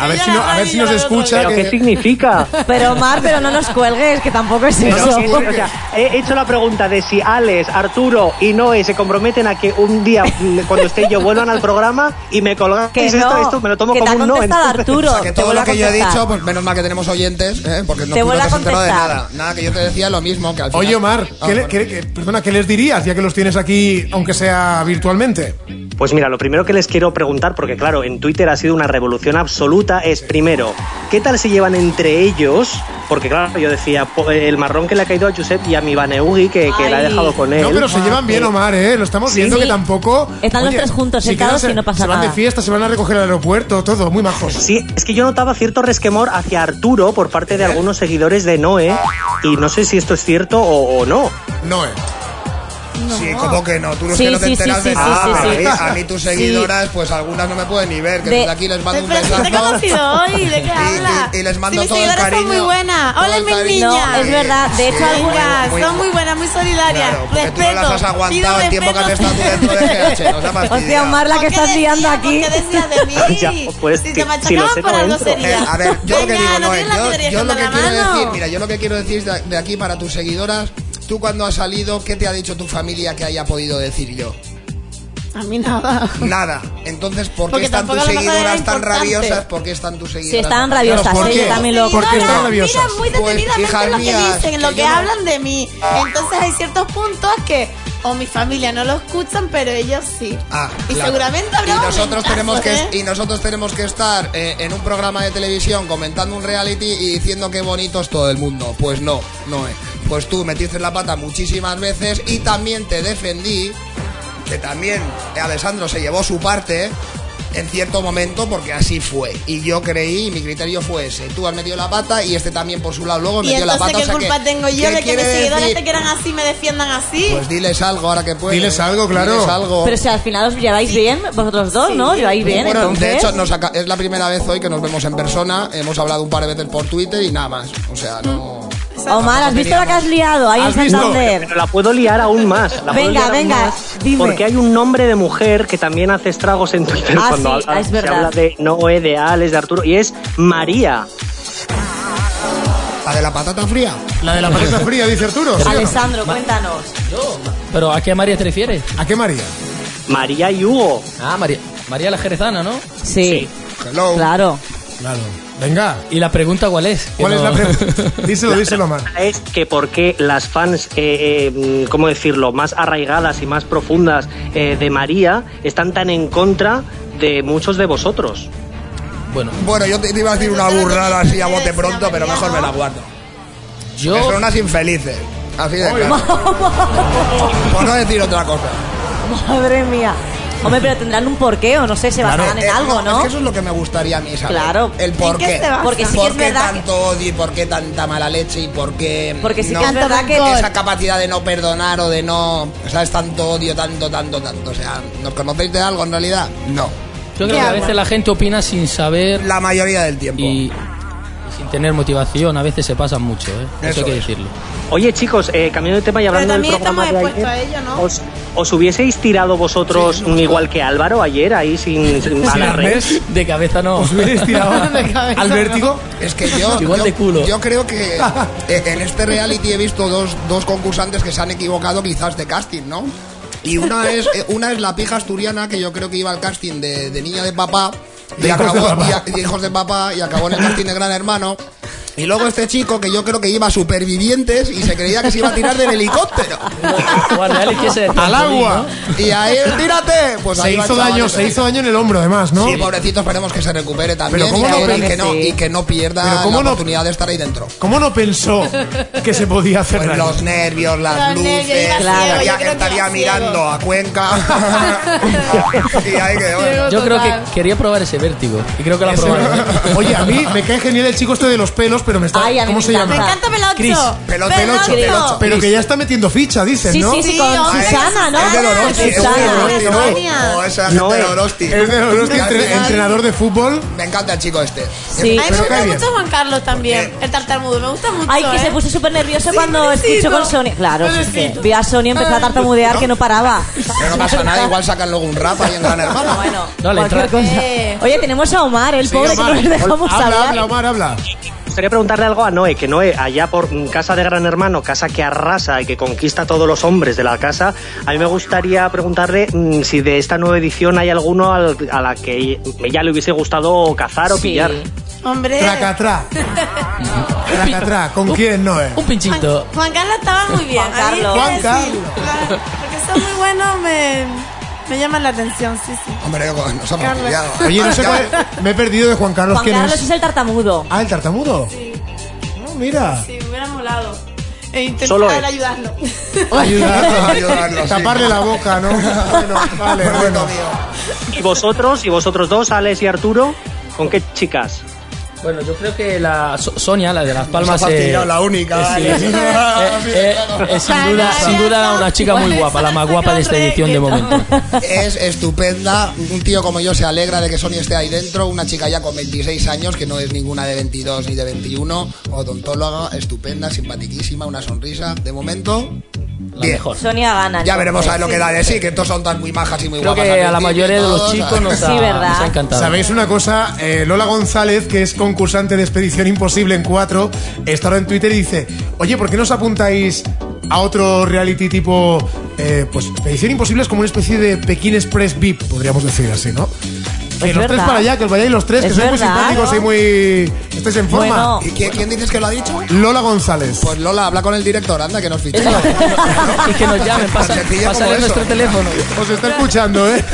Speaker 4: A ver si, no- a ver si nos escucha.
Speaker 8: ¿Pero
Speaker 4: que-
Speaker 8: qué significa?
Speaker 3: Pero Omar, pero no nos cuelgues, que tampoco es
Speaker 8: No,
Speaker 3: eso.
Speaker 8: no, sí, o sea, he hecho la pregunta de si Alex, Arturo y Noé se comprometen a que un día, mm, cuando esté yo, vuelvan al programa y me colgáis
Speaker 7: Que
Speaker 8: esto,
Speaker 7: no,
Speaker 8: esto, me lo tomo
Speaker 7: que te
Speaker 8: como
Speaker 7: ha
Speaker 8: un no.
Speaker 7: contestado
Speaker 8: entonces.
Speaker 7: Arturo, O sea, que te todo vuelve lo a que yo he contestar. dicho, pues menos mal que tenemos oyentes, ¿eh? porque no, tú
Speaker 4: Te
Speaker 7: no te
Speaker 4: vuelve a
Speaker 7: has enterado de
Speaker 4: contestar.
Speaker 7: nada. Nada, que yo te decía lo mismo que al final.
Speaker 4: Oye, Omar,
Speaker 7: Ah,
Speaker 4: ¿qué le-
Speaker 7: bueno.
Speaker 4: qué le- qué- perdona, ¿qué les dirías ya que los tienes aquí, aunque sea virtualmente?
Speaker 8: Pues mira, lo primero que les quiero preguntar, porque claro, en Twitter ha sido una revolución absoluta, es primero, ¿qué tal se llevan entre ellos? Porque claro, yo decía, po- el marrón que le ha caído a Josep y a mi Baneugi, que, que la ha
Speaker 4: Ay.
Speaker 8: dejado con él.
Speaker 4: No, pero se llevan bien,
Speaker 8: Eh,
Speaker 4: Omar, ¿eh? Lo estamos
Speaker 8: Sí.
Speaker 4: viendo que
Speaker 8: Sí.
Speaker 4: tampoco.
Speaker 8: Están los tres juntos, sentados
Speaker 4: quedan-
Speaker 8: y no pasa
Speaker 4: Se van de
Speaker 8: nada.
Speaker 4: fiesta, se van a recoger al aeropuerto, todo, muy majos.
Speaker 8: Sí, es que yo notaba cierto resquemor hacia Arturo por parte de algunos seguidores de Noé, y no sé si esto es cierto o, o no.
Speaker 4: Noé.
Speaker 7: Sí, como que no, tú no es
Speaker 18: Sí,
Speaker 7: que no te
Speaker 18: sí, sí,
Speaker 7: enteras
Speaker 18: sí,
Speaker 7: de
Speaker 18: sí,
Speaker 7: nada.
Speaker 18: sí,
Speaker 7: a,
Speaker 18: sí.
Speaker 7: mí, a mí tus
Speaker 18: Sí.
Speaker 7: seguidoras, pues algunas no me pueden ni ver, que
Speaker 6: De-
Speaker 7: desde aquí les mando un
Speaker 6: Pero
Speaker 7: besazo.
Speaker 6: te he conocido hoy, ¿de qué
Speaker 7: Y-
Speaker 6: hablas?
Speaker 7: Y, y les mando
Speaker 6: Sí, mis
Speaker 7: todo el
Speaker 6: seguidoras
Speaker 7: cariño.
Speaker 6: son muy buenas.
Speaker 7: todo
Speaker 6: Hola,
Speaker 7: el
Speaker 6: mis
Speaker 7: cariño.
Speaker 6: niñas.
Speaker 7: Sí, sí,
Speaker 6: Chicas,
Speaker 7: muy-
Speaker 6: son muy buenas, muy solidarias.
Speaker 7: Claro, porque tú
Speaker 6: respeto.
Speaker 7: no las has aguantado el tiempo que has estado tú dentro de GH, nos ha
Speaker 6: Hostia,
Speaker 7: fastidiado.
Speaker 6: Omar, la que estás liando aquí. ¿Qué decías de mí?
Speaker 7: Ya, pues,
Speaker 6: si
Speaker 7: que-
Speaker 6: te
Speaker 7: si lo
Speaker 6: machacaban
Speaker 7: sé,
Speaker 6: por
Speaker 7: no
Speaker 6: algo
Speaker 7: entro.
Speaker 6: sería.
Speaker 7: Eh, a ver, yo lo que
Speaker 6: Venga,
Speaker 7: digo,
Speaker 6: no
Speaker 7: Noel,
Speaker 6: tienes la
Speaker 7: yo-
Speaker 6: piedra
Speaker 7: yo lo
Speaker 6: con
Speaker 7: que
Speaker 6: la
Speaker 7: quiero
Speaker 6: mano.
Speaker 7: decir, mira, yo lo que quiero decir de, de aquí para tus seguidoras, tú cuando has salido, ¿qué te ha dicho tu familia que haya podido decir yo?
Speaker 6: A mí nada.
Speaker 7: Nada. Entonces, ¿por qué
Speaker 6: Porque
Speaker 7: están tus
Speaker 6: tampoco la cosa era
Speaker 7: seguidoras tan
Speaker 6: importante.
Speaker 7: rabiosas? ¿Por qué están tus seguidoras?
Speaker 3: están
Speaker 7: tan-
Speaker 3: rabiosas,
Speaker 7: Claro, ¿por
Speaker 3: eh,
Speaker 7: qué?
Speaker 3: yo también lo-
Speaker 7: ¿Por qué están
Speaker 3: Seguidoras, mira,
Speaker 7: rabiosas?
Speaker 6: muy detenidamente
Speaker 7: hijas
Speaker 6: lo que
Speaker 7: mías,
Speaker 6: dicen, lo que,
Speaker 7: yo no-
Speaker 6: hablan de mí. Entonces hay ciertos puntos que o mi familia no lo escuchan, pero ellos sí.
Speaker 7: Ah,
Speaker 6: Y
Speaker 7: claro.
Speaker 6: seguramente habrá
Speaker 7: y nosotros
Speaker 6: momentazos,
Speaker 7: tenemos que
Speaker 6: ¿eh?
Speaker 7: y nosotros tenemos que estar eh, en un programa de televisión comentando un reality y diciendo qué bonito es todo el mundo. Pues no, no es. Pues tú metiste la pata muchísimas veces y también te defendí que también Alessandro se llevó su parte eh, en cierto momento porque así fue y yo creí y mi criterio fue ese tú has metido la pata y este también por su lado luego
Speaker 6: Y
Speaker 7: metió la
Speaker 6: entonces,
Speaker 7: pata
Speaker 6: ¿qué
Speaker 7: o sea
Speaker 6: culpa
Speaker 7: que,
Speaker 6: tengo
Speaker 7: ¿qué
Speaker 6: yo de que
Speaker 7: quiere
Speaker 6: mis seguidores
Speaker 7: decir?
Speaker 6: te quieran así, me defiendan así?
Speaker 7: pues diles algo ahora que puedes
Speaker 4: Diles algo, claro.
Speaker 7: diles algo
Speaker 3: Pero si al final os lleváis bien, vosotros dos, ¿no? Lleváis bien,
Speaker 7: Bueno,
Speaker 3: entonces.
Speaker 7: De hecho, nos aca- es la primera vez hoy que nos vemos en persona. Hemos hablado un par de veces por Twitter y nada más. O sea, no.
Speaker 3: Omar, ¿has visto la que has liado ahí en Santander?
Speaker 8: Pero la puedo liar aún más. la puedo
Speaker 3: Venga,
Speaker 8: liar aún
Speaker 3: venga,
Speaker 8: más,
Speaker 3: dime.
Speaker 8: Porque hay un nombre de mujer que también hace estragos en Twitter
Speaker 3: Ah,
Speaker 8: cuando
Speaker 3: sí,
Speaker 8: habla,
Speaker 3: es
Speaker 8: se
Speaker 3: verdad.
Speaker 8: habla de Noé, de Alex, de Arturo, y es María.
Speaker 7: ¿La de la patata fría?
Speaker 5: La de la
Speaker 4: patata fría, dice Arturo. ¿sí o no?
Speaker 3: Alessandro, cuéntanos.
Speaker 5: ¿Pero a qué María te refieres?
Speaker 4: ¿A qué María?
Speaker 8: María y Hugo.
Speaker 5: Ah, María, María la Jerezana, ¿no?
Speaker 3: Sí.
Speaker 7: Hello.
Speaker 3: Claro.
Speaker 4: Claro. Venga.
Speaker 5: ¿Y la pregunta cuál es?
Speaker 4: ¿Cuál es la pregunta? Díselo,
Speaker 8: La
Speaker 4: díselo, Omar.
Speaker 8: pregunta Es que por qué las fans, eh, eh, mm, ¿cómo decirlo?, más arraigadas y más profundas eh, de María están tan en contra de muchos de vosotros.
Speaker 5: Bueno,
Speaker 7: Bueno, yo te, te iba a decir una burrada así a bote pronto, pero mejor me la guardo.
Speaker 5: Yo.
Speaker 7: Que son unas infelices. Así de claro. Por no decir otra cosa.
Speaker 3: Madre mía. Hombre, pero tendrán un porqué o no sé, se basarán
Speaker 7: Eh,
Speaker 3: en algo, ¿no?
Speaker 7: Es que eso es lo que me gustaría a mí saber.
Speaker 3: Claro.
Speaker 7: El
Speaker 3: ¿En
Speaker 7: por
Speaker 3: qué
Speaker 7: qué.
Speaker 3: se basa? Porque sí que
Speaker 7: ¿Por
Speaker 3: es
Speaker 7: qué
Speaker 3: verdad
Speaker 7: tanto odio y por qué tanta mala leche y por qué.
Speaker 3: Porque sí
Speaker 7: no-
Speaker 3: que es verdad que-
Speaker 7: Esa capacidad de no perdonar o de no. ¿Sabes? Tanto odio, tanto, tanto, tanto. O sea, ¿nos conocéis de algo en realidad? No.
Speaker 5: Yo creo que a veces la gente opina sin saber.
Speaker 7: La mayoría del tiempo.
Speaker 5: Y, y sin tener motivación, a veces se pasan mucho, ¿eh? Eso,
Speaker 8: Eso
Speaker 5: hay que
Speaker 8: es.
Speaker 5: decirlo.
Speaker 8: Oye, chicos, eh, cambiando de tema y hablando del
Speaker 6: también
Speaker 8: programa
Speaker 6: estamos
Speaker 8: de ayer,
Speaker 6: expuestos a ello, ¿no?
Speaker 8: os, os hubieseis tirado vosotros mm, igual que Álvaro ayer ahí sin, sin a la red?
Speaker 4: Arnés.
Speaker 5: De cabeza no.
Speaker 4: ¿Os hubierais tirado al vértigo?
Speaker 7: Es que yo,
Speaker 5: Igual
Speaker 7: yo,
Speaker 5: de culo.
Speaker 7: yo creo que eh, en este reality he visto dos, dos concursantes que se han equivocado quizás de casting, ¿no? Y una es, eh, una es la pija asturiana que yo creo que iba al casting de, de niña de papá y
Speaker 4: De hijos
Speaker 7: acabó
Speaker 4: de papá.
Speaker 7: y a- y de hijos de papá y acabó en el casting de gran hermano. Y luego este chico que yo creo que iba a supervivientes y se creía que se iba a tirar del helicóptero.
Speaker 5: Juan, dale, que se-
Speaker 4: Al agua.
Speaker 7: Y ahí, tírate. Pues
Speaker 4: se
Speaker 7: ahí va el
Speaker 4: hizo
Speaker 7: chaval
Speaker 4: daño,
Speaker 7: ese.
Speaker 4: se hizo daño en el hombro, además, ¿no?
Speaker 7: Sí, pobrecito, esperemos que se recupere también
Speaker 4: Pero ¿cómo
Speaker 7: y,
Speaker 4: no
Speaker 7: que, y
Speaker 4: pe-
Speaker 7: que no, y que no
Speaker 4: Pero
Speaker 7: pierda
Speaker 4: ¿cómo
Speaker 7: la
Speaker 4: no-
Speaker 7: oportunidad de estar ahí dentro.
Speaker 4: ¿Cómo no pensó que se podía hacer
Speaker 7: Pues
Speaker 4: daño?
Speaker 7: los nervios,
Speaker 6: Los
Speaker 7: las luces,
Speaker 6: nervios, iba
Speaker 7: claro,
Speaker 6: ciego, yo
Speaker 7: estaría,
Speaker 6: creo que
Speaker 7: estaría
Speaker 6: iba
Speaker 7: mirando
Speaker 6: ciego.
Speaker 7: a Cuenca. y ahí que, bueno.
Speaker 5: Yo creo que quería probar ese vértigo. Y creo que lo ha probado.
Speaker 4: Oye, a mí me cae genial el chico este de los pelos, pero me está.
Speaker 3: Ay, a mí
Speaker 4: ¿Cómo
Speaker 3: me
Speaker 4: se
Speaker 3: encanta.
Speaker 4: llama?
Speaker 3: Me
Speaker 6: encanta Pelocho.
Speaker 4: Chris.
Speaker 7: Pelo-
Speaker 6: Pelocho,
Speaker 7: Pelocho, Pelocho.
Speaker 4: Pero que ya está metiendo ficha, dicen,
Speaker 3: Sí,
Speaker 4: ¿no?
Speaker 3: sí, sí, con
Speaker 6: hombre,
Speaker 3: Susana, ¿no?
Speaker 7: Es de Lorosti, es de
Speaker 3: Susana.
Speaker 7: Lorosti,
Speaker 6: Susana.
Speaker 7: ¿no? Oh, esa gente
Speaker 8: No
Speaker 7: de
Speaker 8: es.
Speaker 7: Lorosti.
Speaker 4: Es de los
Speaker 7: Me hace-
Speaker 4: entrenador de fútbol.
Speaker 7: Me encanta el chico este.
Speaker 3: Sí.
Speaker 6: A mí
Speaker 4: Pero
Speaker 6: me
Speaker 4: cae
Speaker 6: gusta
Speaker 4: bien.
Speaker 6: mucho Juan Carlos también, el tartamudo, me gusta mucho.
Speaker 3: Ay, que
Speaker 6: ¿eh?
Speaker 3: se puso súper nervioso cuando
Speaker 6: pobrecito.
Speaker 3: escuchó con Sonia. Claro, sí, sí.
Speaker 6: Pobrecito.
Speaker 3: Vi a Sonia empezar a tartamudear que no paraba.
Speaker 7: Pero no pasa nada, igual sacan luego un rap ahí en Gran Hermano.
Speaker 3: Bueno,
Speaker 5: No, le
Speaker 3: cualquier
Speaker 5: entra-
Speaker 3: cosa.
Speaker 6: Eh.
Speaker 3: Oye, tenemos a Omar, el pobre
Speaker 4: Omar.
Speaker 3: que no le dejamos
Speaker 4: Habla,
Speaker 3: hablar.
Speaker 4: habla, Omar, habla.
Speaker 8: Me gustaría preguntarle algo a Noé, que Noé, allá por mm, casa de Gran Hermano, casa que arrasa y que conquista a todos los hombres de la casa, a mí me gustaría preguntarle mm, si de esta nueva edición hay alguno al- a la que ya le hubiese gustado cazar o
Speaker 3: Sí.
Speaker 8: pillar.
Speaker 3: Eh.
Speaker 6: Hombre.
Speaker 4: Tracatrá. Tracatrá. ¿Con quién, Noé?
Speaker 5: Un pinchito.
Speaker 6: Juan Carlos estaba muy bien.
Speaker 3: Juan Carlos.
Speaker 6: A mí,
Speaker 4: Juan
Speaker 6: quiero decir, claro, Porque son muy buenos, me, me llaman la atención, sí, sí.
Speaker 7: Hombre, yo- nos hemos
Speaker 6: Carlos.
Speaker 7: pillado.
Speaker 4: Oye, no sé cuál es- Me he perdido de Juan Carlos.
Speaker 3: Juan
Speaker 4: ¿Quién
Speaker 3: Carlos es?
Speaker 4: es?
Speaker 3: el tartamudo.
Speaker 4: Ah, el tartamudo. No, mira.
Speaker 6: Sí, me hubiera molado. E intentar
Speaker 8: Solo él.
Speaker 6: ayudarlo.
Speaker 4: Ayudar.
Speaker 7: Ayudarlo, sí.
Speaker 4: Taparle la boca, ¿no? Bueno, vale,
Speaker 7: Bueno,
Speaker 4: bueno.
Speaker 7: mío.
Speaker 8: ¿Y vosotros, y vosotros dos, Alex y Arturo, con qué chicas?
Speaker 5: Bueno, yo creo que la So- Sonia, la de Las Palmas,
Speaker 7: Nos ha fastidiado la única, vale.
Speaker 5: es, eh, eh, es sin duda, sin duda una chica muy guapa, la más guapa de esta edición de momento.
Speaker 7: Es estupenda. Un tío como yo se alegra de que Sonia esté ahí dentro. Una chica ya con 26 años, que no es ninguna de 22 ni de 21. Odontóloga, estupenda, simpaticísima, una sonrisa. De momento, bien.
Speaker 3: Sonia gana.
Speaker 7: Ya veremos a ver lo que da de sí,
Speaker 3: que
Speaker 7: que todos son tan muy majas y muy
Speaker 5: Creo
Speaker 7: guapas.
Speaker 5: que
Speaker 7: al
Speaker 5: a la
Speaker 7: principio
Speaker 5: mayoría de
Speaker 7: y
Speaker 5: los
Speaker 7: todo,
Speaker 5: chicos nos ha- Sí, ¿verdad? nos ha encantado.
Speaker 4: ¿Sabéis una cosa? Eh, Lola González, que es concursante de Expedición Imposible en 4, está ahora en Twitter y dice, oye, ¿por qué no os apuntáis a otro reality tipo... eh, pues Expedición Imposible es como una especie de Pekín Express VIP, podríamos decir así, ¿no? Que
Speaker 7: Es
Speaker 4: los tres
Speaker 7: verdad.
Speaker 4: para allá, que os vayáis los tres, que
Speaker 7: Es
Speaker 4: sois muy
Speaker 7: verdad,
Speaker 4: simpáticos
Speaker 7: ¿no?
Speaker 4: y muy... estáis en forma.
Speaker 7: ¿Y quién, quién dices que lo ha dicho?
Speaker 4: Lola González.
Speaker 7: Pues Lola, habla con el director, anda, que nos fiche.
Speaker 5: y que nos llamen, pasa, pásale nuestro teléfono.
Speaker 4: Os está escuchando, ¿eh?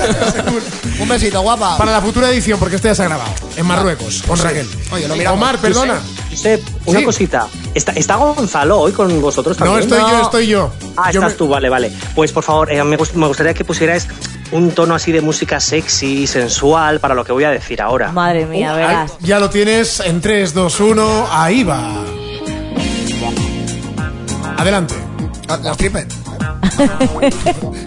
Speaker 7: Un besito, guapa.
Speaker 4: Para la futura edición, porque esto ya se ha grabado. En Marruecos, con Raquel.
Speaker 7: Ah. Oye, lo miramos.
Speaker 4: Omar, perdona.
Speaker 8: Josep, una
Speaker 4: Sí.
Speaker 8: cosita. ¿Está, está Gonzalo hoy con vosotros
Speaker 4: No,
Speaker 8: también?
Speaker 4: estoy yo, estoy yo.
Speaker 8: Ah,
Speaker 4: Yo
Speaker 8: estás
Speaker 4: me-
Speaker 8: tú, vale, vale. Pues por favor, eh, me, gust- me gustaría que pusierais un tono así de música sexy, sensual, para lo que voy a decir ahora.
Speaker 3: Madre mía,
Speaker 4: Uh,
Speaker 3: verás.
Speaker 4: ahí- Ya lo tienes en 3, 2, 1. Ahí va. Adelante.
Speaker 7: Las tripas. Pues,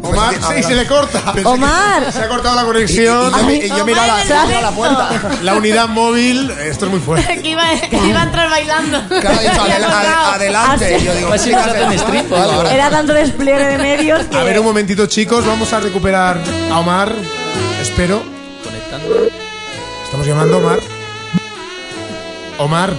Speaker 4: Omar, sí, se le corta.
Speaker 7: Omar.
Speaker 4: Se ha cortado la conexión.
Speaker 7: Y- y- y yo- y yo miro a la- yo miro a la puerta.
Speaker 4: La unidad móvil, esto es muy fuerte.
Speaker 6: que iba, que iba a entrar bailando.
Speaker 3: Ah,
Speaker 4: adelante. Yo
Speaker 5: Así
Speaker 4: digo,
Speaker 5: Pues que
Speaker 4: chicas,
Speaker 5: se hacen strip,
Speaker 4: vale, vale.
Speaker 3: Era tanto despliegue de medios
Speaker 4: A
Speaker 3: que.
Speaker 4: ver, un momentito, chicos. Vamos a recuperar a Omar. Espero.
Speaker 5: Conectando.
Speaker 4: Estamos llamando a Omar. Omar.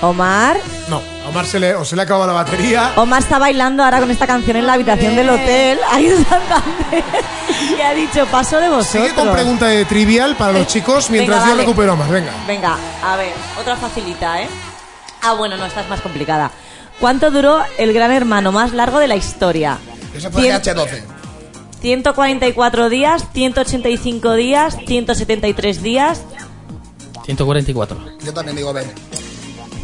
Speaker 3: Omar.
Speaker 4: No, a Omar se le, o se le ha acabado la batería.
Speaker 3: Omar está bailando ahora con esta canción en la habitación del hotel. Ahí en Santander. Y ha dicho, paso de vosotros.
Speaker 4: Sigue con pregunta de trivial para los chicos mientras
Speaker 3: Venga,
Speaker 4: yo
Speaker 3: vale.
Speaker 4: recupero a Omar. Venga.
Speaker 3: Venga, a ver, otra facilita, ¿eh? Ah, bueno, no, esta es más complicada. ¿Cuánto duró el gran hermano más largo de la historia?
Speaker 7: Ese fue
Speaker 3: Cien-
Speaker 7: H12.
Speaker 3: 144 días, 185 días, 173 días,
Speaker 5: 144.
Speaker 7: Yo también digo, ven.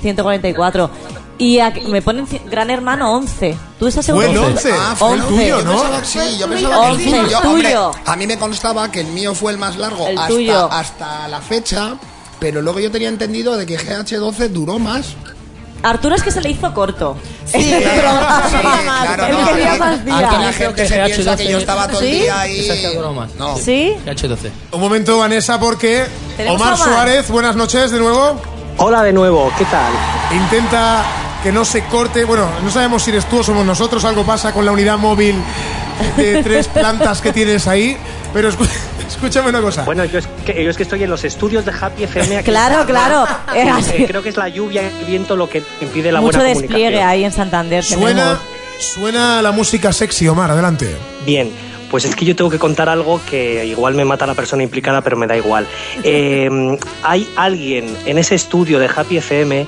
Speaker 3: 144. Y aquí- me ponen ci- gran hermano 11. ¿Tú estás seguro?
Speaker 7: Fue el 11.
Speaker 4: oh,
Speaker 7: Ah, fue el tuyo, ¿no?
Speaker 3: sí,
Speaker 7: yo pensaba que el
Speaker 3: el
Speaker 7: tuyo, hombre,
Speaker 3: tuyo.
Speaker 7: a mí me constaba que el mío fue el más largo
Speaker 3: El
Speaker 7: hasta,
Speaker 3: tuyo.
Speaker 7: hasta la fecha, pero luego yo tenía entendido de que GH12 duró más.
Speaker 3: Arturo es que se le hizo corto.
Speaker 7: Sí, eh,
Speaker 3: el programa.
Speaker 7: sí, claro,
Speaker 3: Él
Speaker 7: no,
Speaker 3: quería
Speaker 7: sí.
Speaker 3: más días.
Speaker 7: Ahora la gente se piensa que yo estaba todo el
Speaker 3: ¿Sí?
Speaker 7: día ahí.
Speaker 5: Esa se ha durado más.
Speaker 7: No.
Speaker 3: ¿Sí?
Speaker 5: H12.
Speaker 4: Un momento, Vanessa, porque
Speaker 5: Tenemos
Speaker 4: Omar,
Speaker 5: a Omar.
Speaker 4: Suárez, buenas noches de nuevo.
Speaker 8: Hola de nuevo, ¿qué tal?
Speaker 4: Intenta que no se corte. Bueno, no sabemos si eres tú o somos nosotros. Algo pasa con la unidad móvil de tres plantas que tienes ahí. Pero escu- escúchame una cosa.
Speaker 8: Bueno, yo es, que, yo es que estoy en los estudios de Happy FM. aquí en
Speaker 3: Claro,
Speaker 8: Zaragoza.
Speaker 3: claro. Es
Speaker 8: Eh,
Speaker 3: así.
Speaker 8: creo que es la lluvia y el viento lo que impide la
Speaker 3: Mucho
Speaker 8: buena
Speaker 3: despliegue
Speaker 8: comunicación.
Speaker 3: ahí en Santander.
Speaker 4: Suena, suena la música sexy, Omar, adelante.
Speaker 8: Bien, pues es que yo tengo que contar algo que igual me mata la persona implicada, pero me da igual. Eh, hay alguien en ese estudio de Happy FM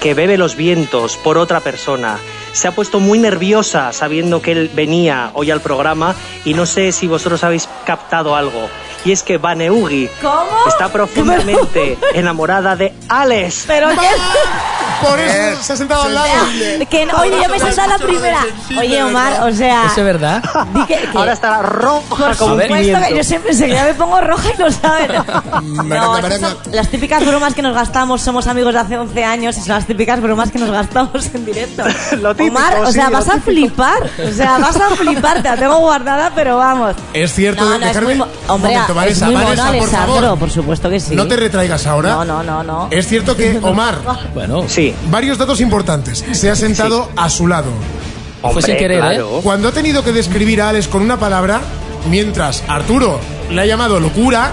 Speaker 8: que bebe los vientos por otra persona. Se ha puesto muy nerviosa sabiendo que él venía hoy al programa y no sé si vosotros habéis captado algo. Y es que Baneugi está profundamente enamorada de Alex.
Speaker 3: Pero qué...
Speaker 4: Por eso se ha sentado al lado.
Speaker 3: tenemos- Que no- oye, yo me he sentado a la primera. Oye, Omar, o sea.
Speaker 5: ¿Eso es verdad?
Speaker 8: Ahora estará roja
Speaker 3: Por
Speaker 8: como un
Speaker 3: supuesto que
Speaker 8: pimiento.
Speaker 3: yo siempre enseguida me pongo roja y lo sabes. No, estas son las típicas bromas que nos gastamos, somos amigos de hace 11 años y son las típicas bromas que nos gastamos en directo.
Speaker 8: típico,
Speaker 3: Omar, o
Speaker 8: sí,
Speaker 3: sea,
Speaker 8: lo
Speaker 3: vas a flipar, o sea, vas a flipar, te la tengo guardada, pero vamos.
Speaker 4: Es cierto,
Speaker 3: No, no, es
Speaker 4: dejarme-
Speaker 3: muy mo- hombre,
Speaker 4: un momento,
Speaker 3: es
Speaker 4: Vanessa,
Speaker 3: muy
Speaker 4: Vanessa,
Speaker 3: mono,
Speaker 4: por
Speaker 3: Alessandro,
Speaker 4: favor.
Speaker 3: por supuesto que sí.
Speaker 4: No te retraigas ahora.
Speaker 3: No, no, no, no.
Speaker 4: Es cierto que Omar,
Speaker 5: Bueno,
Speaker 8: sí.
Speaker 4: varios datos importantes. Se ha sentado a su lado.
Speaker 5: Hombre, sin querer, claro. ¿eh?
Speaker 4: Cuando ha tenido que describir a Alex con una palabra, mientras Arturo le ha llamado locura,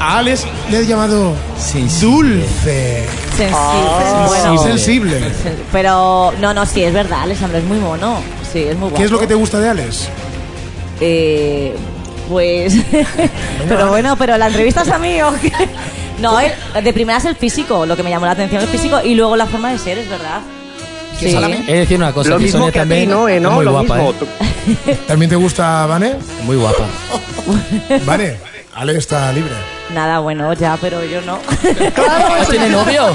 Speaker 4: a Alex le ha llamado dulce.
Speaker 3: Sensible.
Speaker 4: Ah,
Speaker 3: bueno.
Speaker 4: sí, sensible.
Speaker 3: Pero no, no, sí, es verdad, Alessandro, es muy mono. Sí, es muy guapo.
Speaker 4: ¿Qué es lo que te gusta de Alex?
Speaker 3: Eh, pues. pero bueno, pero la entrevista es a mí. ¿o qué? No, el- de primera es el físico, lo que me llamó la atención el físico y luego la forma de ser, es verdad. Sí.
Speaker 5: He de decir una cosa,
Speaker 8: Lo
Speaker 5: Pues que
Speaker 8: mismo
Speaker 5: Sonia
Speaker 8: que a ti,
Speaker 5: también
Speaker 8: ¿no, eh,
Speaker 5: es
Speaker 8: no?
Speaker 5: muy
Speaker 8: Lo
Speaker 5: guapa,
Speaker 8: mismo.
Speaker 4: ¿También te gusta Vane?
Speaker 5: ¿eh? Muy guapa.
Speaker 4: Vane, Alex está libre.
Speaker 3: Nada, bueno, ya, pero yo no.
Speaker 5: ¿Tiene novio? novio?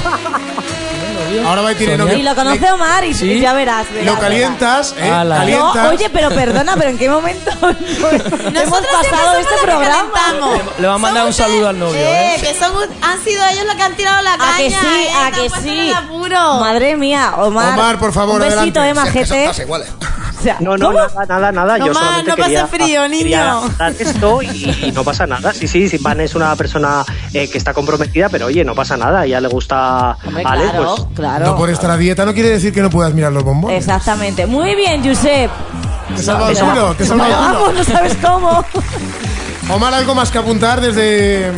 Speaker 4: Ahora va y tiene novio.
Speaker 3: Y lo conoce Omar y,
Speaker 5: Sí.
Speaker 3: y ya verás. verás,
Speaker 4: Lo
Speaker 3: verás.
Speaker 4: calientas, ¿eh?
Speaker 5: Ala.
Speaker 4: Calientas.
Speaker 3: No, oye, pero perdona, pero ¿en qué momento hemos pasado este
Speaker 6: somos las que
Speaker 3: programa?
Speaker 6: calentamos.
Speaker 5: Le va a mandar un saludo al novio,
Speaker 6: Eh,
Speaker 5: ¿eh?
Speaker 6: que son, un- han sido ellos los que han tirado la caña.
Speaker 3: ¿A que sí?
Speaker 6: eh,
Speaker 3: ¿A
Speaker 6: que han
Speaker 3: que
Speaker 6: puesto en
Speaker 3: sí?
Speaker 6: el apuro.
Speaker 3: Madre mía, Omar.
Speaker 4: Omar, por favor,
Speaker 3: Un besito,
Speaker 4: adelante.
Speaker 3: Emma
Speaker 4: Si es que ¿eh? son
Speaker 3: GT.
Speaker 4: todas iguales.
Speaker 3: O sea,
Speaker 8: No, no,
Speaker 3: ¿cómo?
Speaker 8: nada, nada, nada.
Speaker 3: No
Speaker 8: Yo
Speaker 3: más,
Speaker 8: solamente
Speaker 3: no pase
Speaker 8: quería-
Speaker 3: frío, niño.
Speaker 8: quería dar esto y, y no pasa nada. Sí, sí, sí, Van es una persona eh, que está comprometida, pero oye, no pasa nada. Ya le gusta
Speaker 3: Hombre,
Speaker 8: Ale,
Speaker 3: claro,
Speaker 8: pues.
Speaker 3: claro.
Speaker 4: No por estar a dieta no quiere decir que no puedas mirar los bombones.
Speaker 3: Exactamente. Muy bien, Josep.
Speaker 4: Te salva el
Speaker 8: Eso-
Speaker 4: culo, te salva el culo.
Speaker 3: Vamos, no sabes cómo.
Speaker 4: Omar, ¿algo más que apuntar desde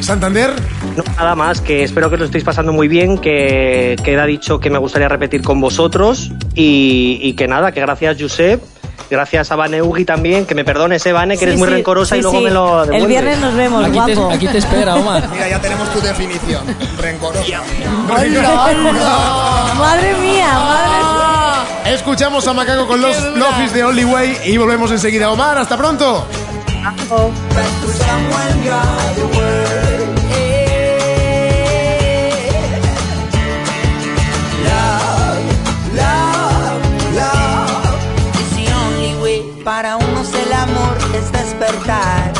Speaker 4: Santander?
Speaker 8: No, nada más, que espero que lo estéis pasando muy bien, que queda dicho que me gustaría repetir con vosotros y, y que nada, que gracias Josep, gracias a Vane Ugi también, que me perdones, eh, Vane, que
Speaker 3: Sí,
Speaker 8: eres muy
Speaker 3: sí,
Speaker 8: rencorosa
Speaker 3: sí,
Speaker 8: y luego
Speaker 3: sí.
Speaker 8: me lo devuelves.
Speaker 3: El viernes nos vemos,
Speaker 5: Aquí te,
Speaker 3: guapo.
Speaker 5: aquí te espera, Omar.
Speaker 7: Mira, ya tenemos tu definición. Rencorosa.
Speaker 3: Hola, hola. Madre mía, madre mía.
Speaker 4: Escuchamos a Macaco con los Lofis de Only Way y volvemos enseguida. Omar, hasta pronto.
Speaker 19: It's the only way. Para unos el amor es despertar,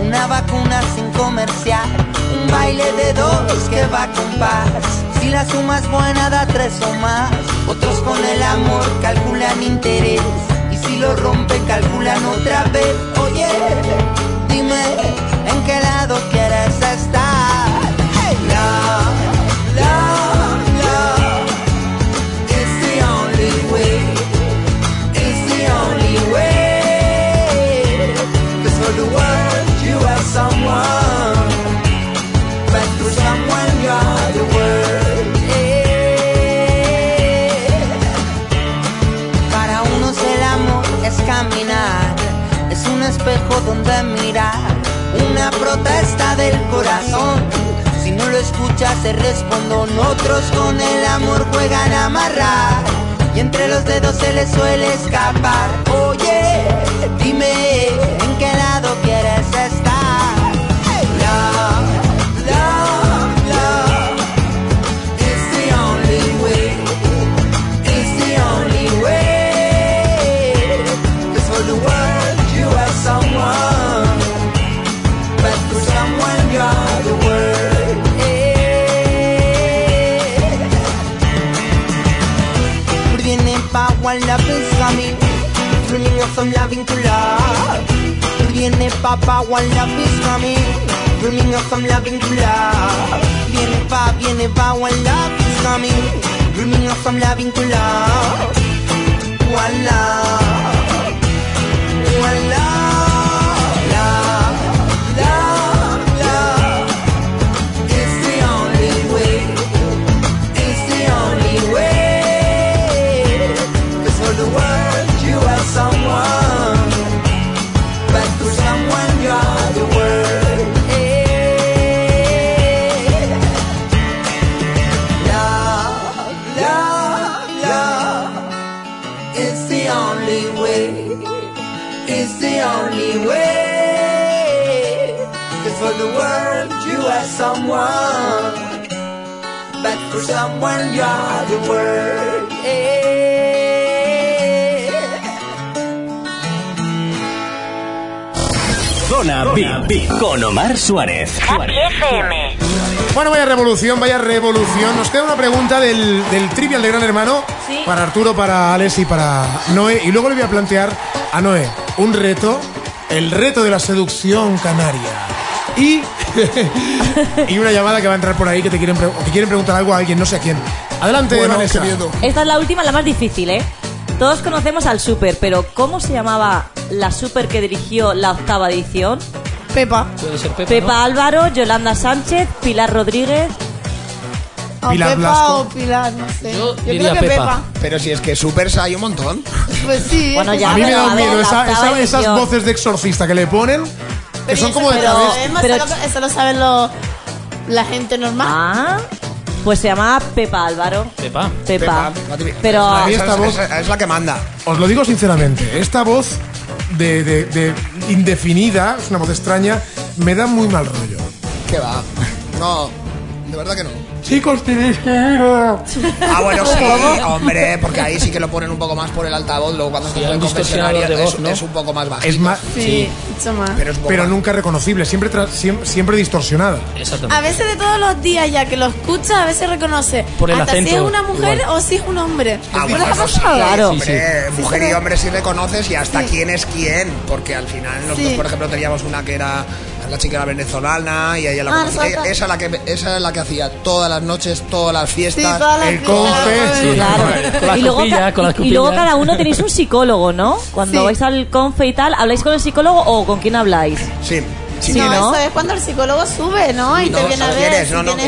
Speaker 19: una vacuna sin comercial, un baile de dos que va con paz. Si la suma es buena da tres o más, otros con el amor calculan interés y si lo rompen calculan otra vez. Oye, dime en qué lado quieres estar. Hey. Love, love, love, it's the only way. It's the only way. Cause for the world, you are someone. But for someone, you're the world. Yeah. Para unos el amor es caminar, es un espejo donde mirar, una protesta del corazón. Si no lo escuchas, te respondo. Otros con el amor juegan a amarrar y entre los dedos se les suele escapar. Oye, dime en qué lado quieres estar. Love, love, love, it's the only way. It's the only way. 'Cause for the world you are someone, but for someone you're the world. Yeah. Putting in power, love is coming. Bringing up some loving to love. Putting in power, love is coming. Bringing up some loving to love. Viene pa, viene pa, one love is coming. Bringing up some loving to love. One love. One love. Love, love, love. It's the only way. It's the only way. 'Cause for the world you are someone, but for someone you're the world. Yeah. Love, love, love. It's the only way. It's the only way. 'Cause for the world you are someone. But for someone you're the world yeah.
Speaker 14: Zona VIP con Omar Suárez.
Speaker 4: Bueno, vaya revolución, vaya revolución. Nos queda una pregunta del, del trivial de Gran Hermano
Speaker 3: Sí.
Speaker 4: para Arturo, para Alex y para Noé. Y luego le voy a plantear a Noé un reto, el reto de la seducción canaria. Y, y una llamada que va a entrar por ahí que te quieren, pre- o que quieren preguntar algo a alguien, no sé a quién. Adelante,
Speaker 7: Bueno,
Speaker 4: Vanessa.
Speaker 7: qué miedo.
Speaker 3: Esta es la última, la más difícil, ¿eh? Todos conocemos al Super, pero ¿cómo se llamaba la Super que dirigió la octava edición?
Speaker 6: Pepa.
Speaker 5: Puede ser Pepa.
Speaker 3: Pepa Álvaro, Yolanda Sánchez, Pilar Rodríguez.
Speaker 6: O
Speaker 4: Pilar
Speaker 6: Pepa
Speaker 4: Blasco.
Speaker 6: o Pilar, no sé. Yo,
Speaker 5: diría
Speaker 6: creo que
Speaker 5: Pepa.
Speaker 6: Pepa.
Speaker 7: Pero si es que Supers hay un montón.
Speaker 6: Pues sí.
Speaker 3: Bueno,
Speaker 6: es que
Speaker 3: ya,
Speaker 4: A
Speaker 6: sí.
Speaker 4: mí
Speaker 3: pero
Speaker 4: me da un
Speaker 3: a ver,
Speaker 4: miedo
Speaker 3: la
Speaker 4: esa-
Speaker 3: octava
Speaker 4: esa- esas
Speaker 3: edición.
Speaker 4: voces de exorcista que le ponen, que son como de
Speaker 6: pero
Speaker 4: travesti.
Speaker 6: además
Speaker 3: pero-
Speaker 6: eso lo- eso lo sabe lo- la gente normal.
Speaker 3: Ah, pues se llamaba Pepa Álvaro.
Speaker 5: Pepa.
Speaker 3: Pepa.
Speaker 7: Pepa, la típica.
Speaker 3: Pero
Speaker 4: Ahí
Speaker 7: Esa
Speaker 4: está
Speaker 7: es,
Speaker 4: vos.
Speaker 7: esa es la que manda.
Speaker 4: Os lo digo sinceramente, esta voz de, de- de indefinida, es una voz extraña, me da muy mal rollo.
Speaker 7: ¿Qué va? No, de verdad que no.
Speaker 17: Chicos, tenéis que ir.
Speaker 7: Ah, bueno, sí, hombre, porque ahí sí que lo ponen un poco más por el altavoz, luego cuando
Speaker 4: Sí,
Speaker 7: estás en el
Speaker 4: un
Speaker 7: confesionario
Speaker 4: distorsionador de
Speaker 7: es,
Speaker 4: voz, ¿no?
Speaker 7: es un poco más bajito.
Speaker 4: Es más-
Speaker 6: Sí,
Speaker 4: Sí.
Speaker 6: mucho más.
Speaker 7: Pero, es un poco
Speaker 4: Pero
Speaker 7: más-
Speaker 4: nunca reconocible, siempre, tra- siem- siempre, distorsionada.
Speaker 5: Ah,
Speaker 6: A veces de todos los días ya que lo escucha, a veces reconoce
Speaker 4: Por el
Speaker 6: hasta si es
Speaker 4: acento,
Speaker 6: una mujer
Speaker 4: igual.
Speaker 6: o si es un hombre.
Speaker 7: Ah,
Speaker 6: ¿No
Speaker 7: bueno,
Speaker 6: les ha
Speaker 7: eso sí,
Speaker 6: pasado?
Speaker 7: claro.
Speaker 6: Sí, sí.
Speaker 7: hombre,
Speaker 6: Sí,
Speaker 7: mujer
Speaker 6: sí.
Speaker 7: y hombre sí reconoces y hasta quién es quién, porque al final nosotros,
Speaker 6: Sí.
Speaker 7: por ejemplo, teníamos una que era la chica era venezolana y ella la
Speaker 6: Ah,
Speaker 7: conocí-
Speaker 6: nosotros.
Speaker 7: esa la que esa es la que hacía todas las noches, todas las fiestas,
Speaker 6: Sí, todas las El fiestas. confe. Sí,
Speaker 3: Claro. y, luego, ca- y luego cada uno tenéis un psicólogo, ¿no? Cuando
Speaker 6: Sí.
Speaker 3: vais al confe y tal, ¿habláis con el psicólogo o con quién habláis?
Speaker 7: Sí.
Speaker 6: no, eso es cuando el psicólogo sube, ¿no? Y te viene a ver si tienes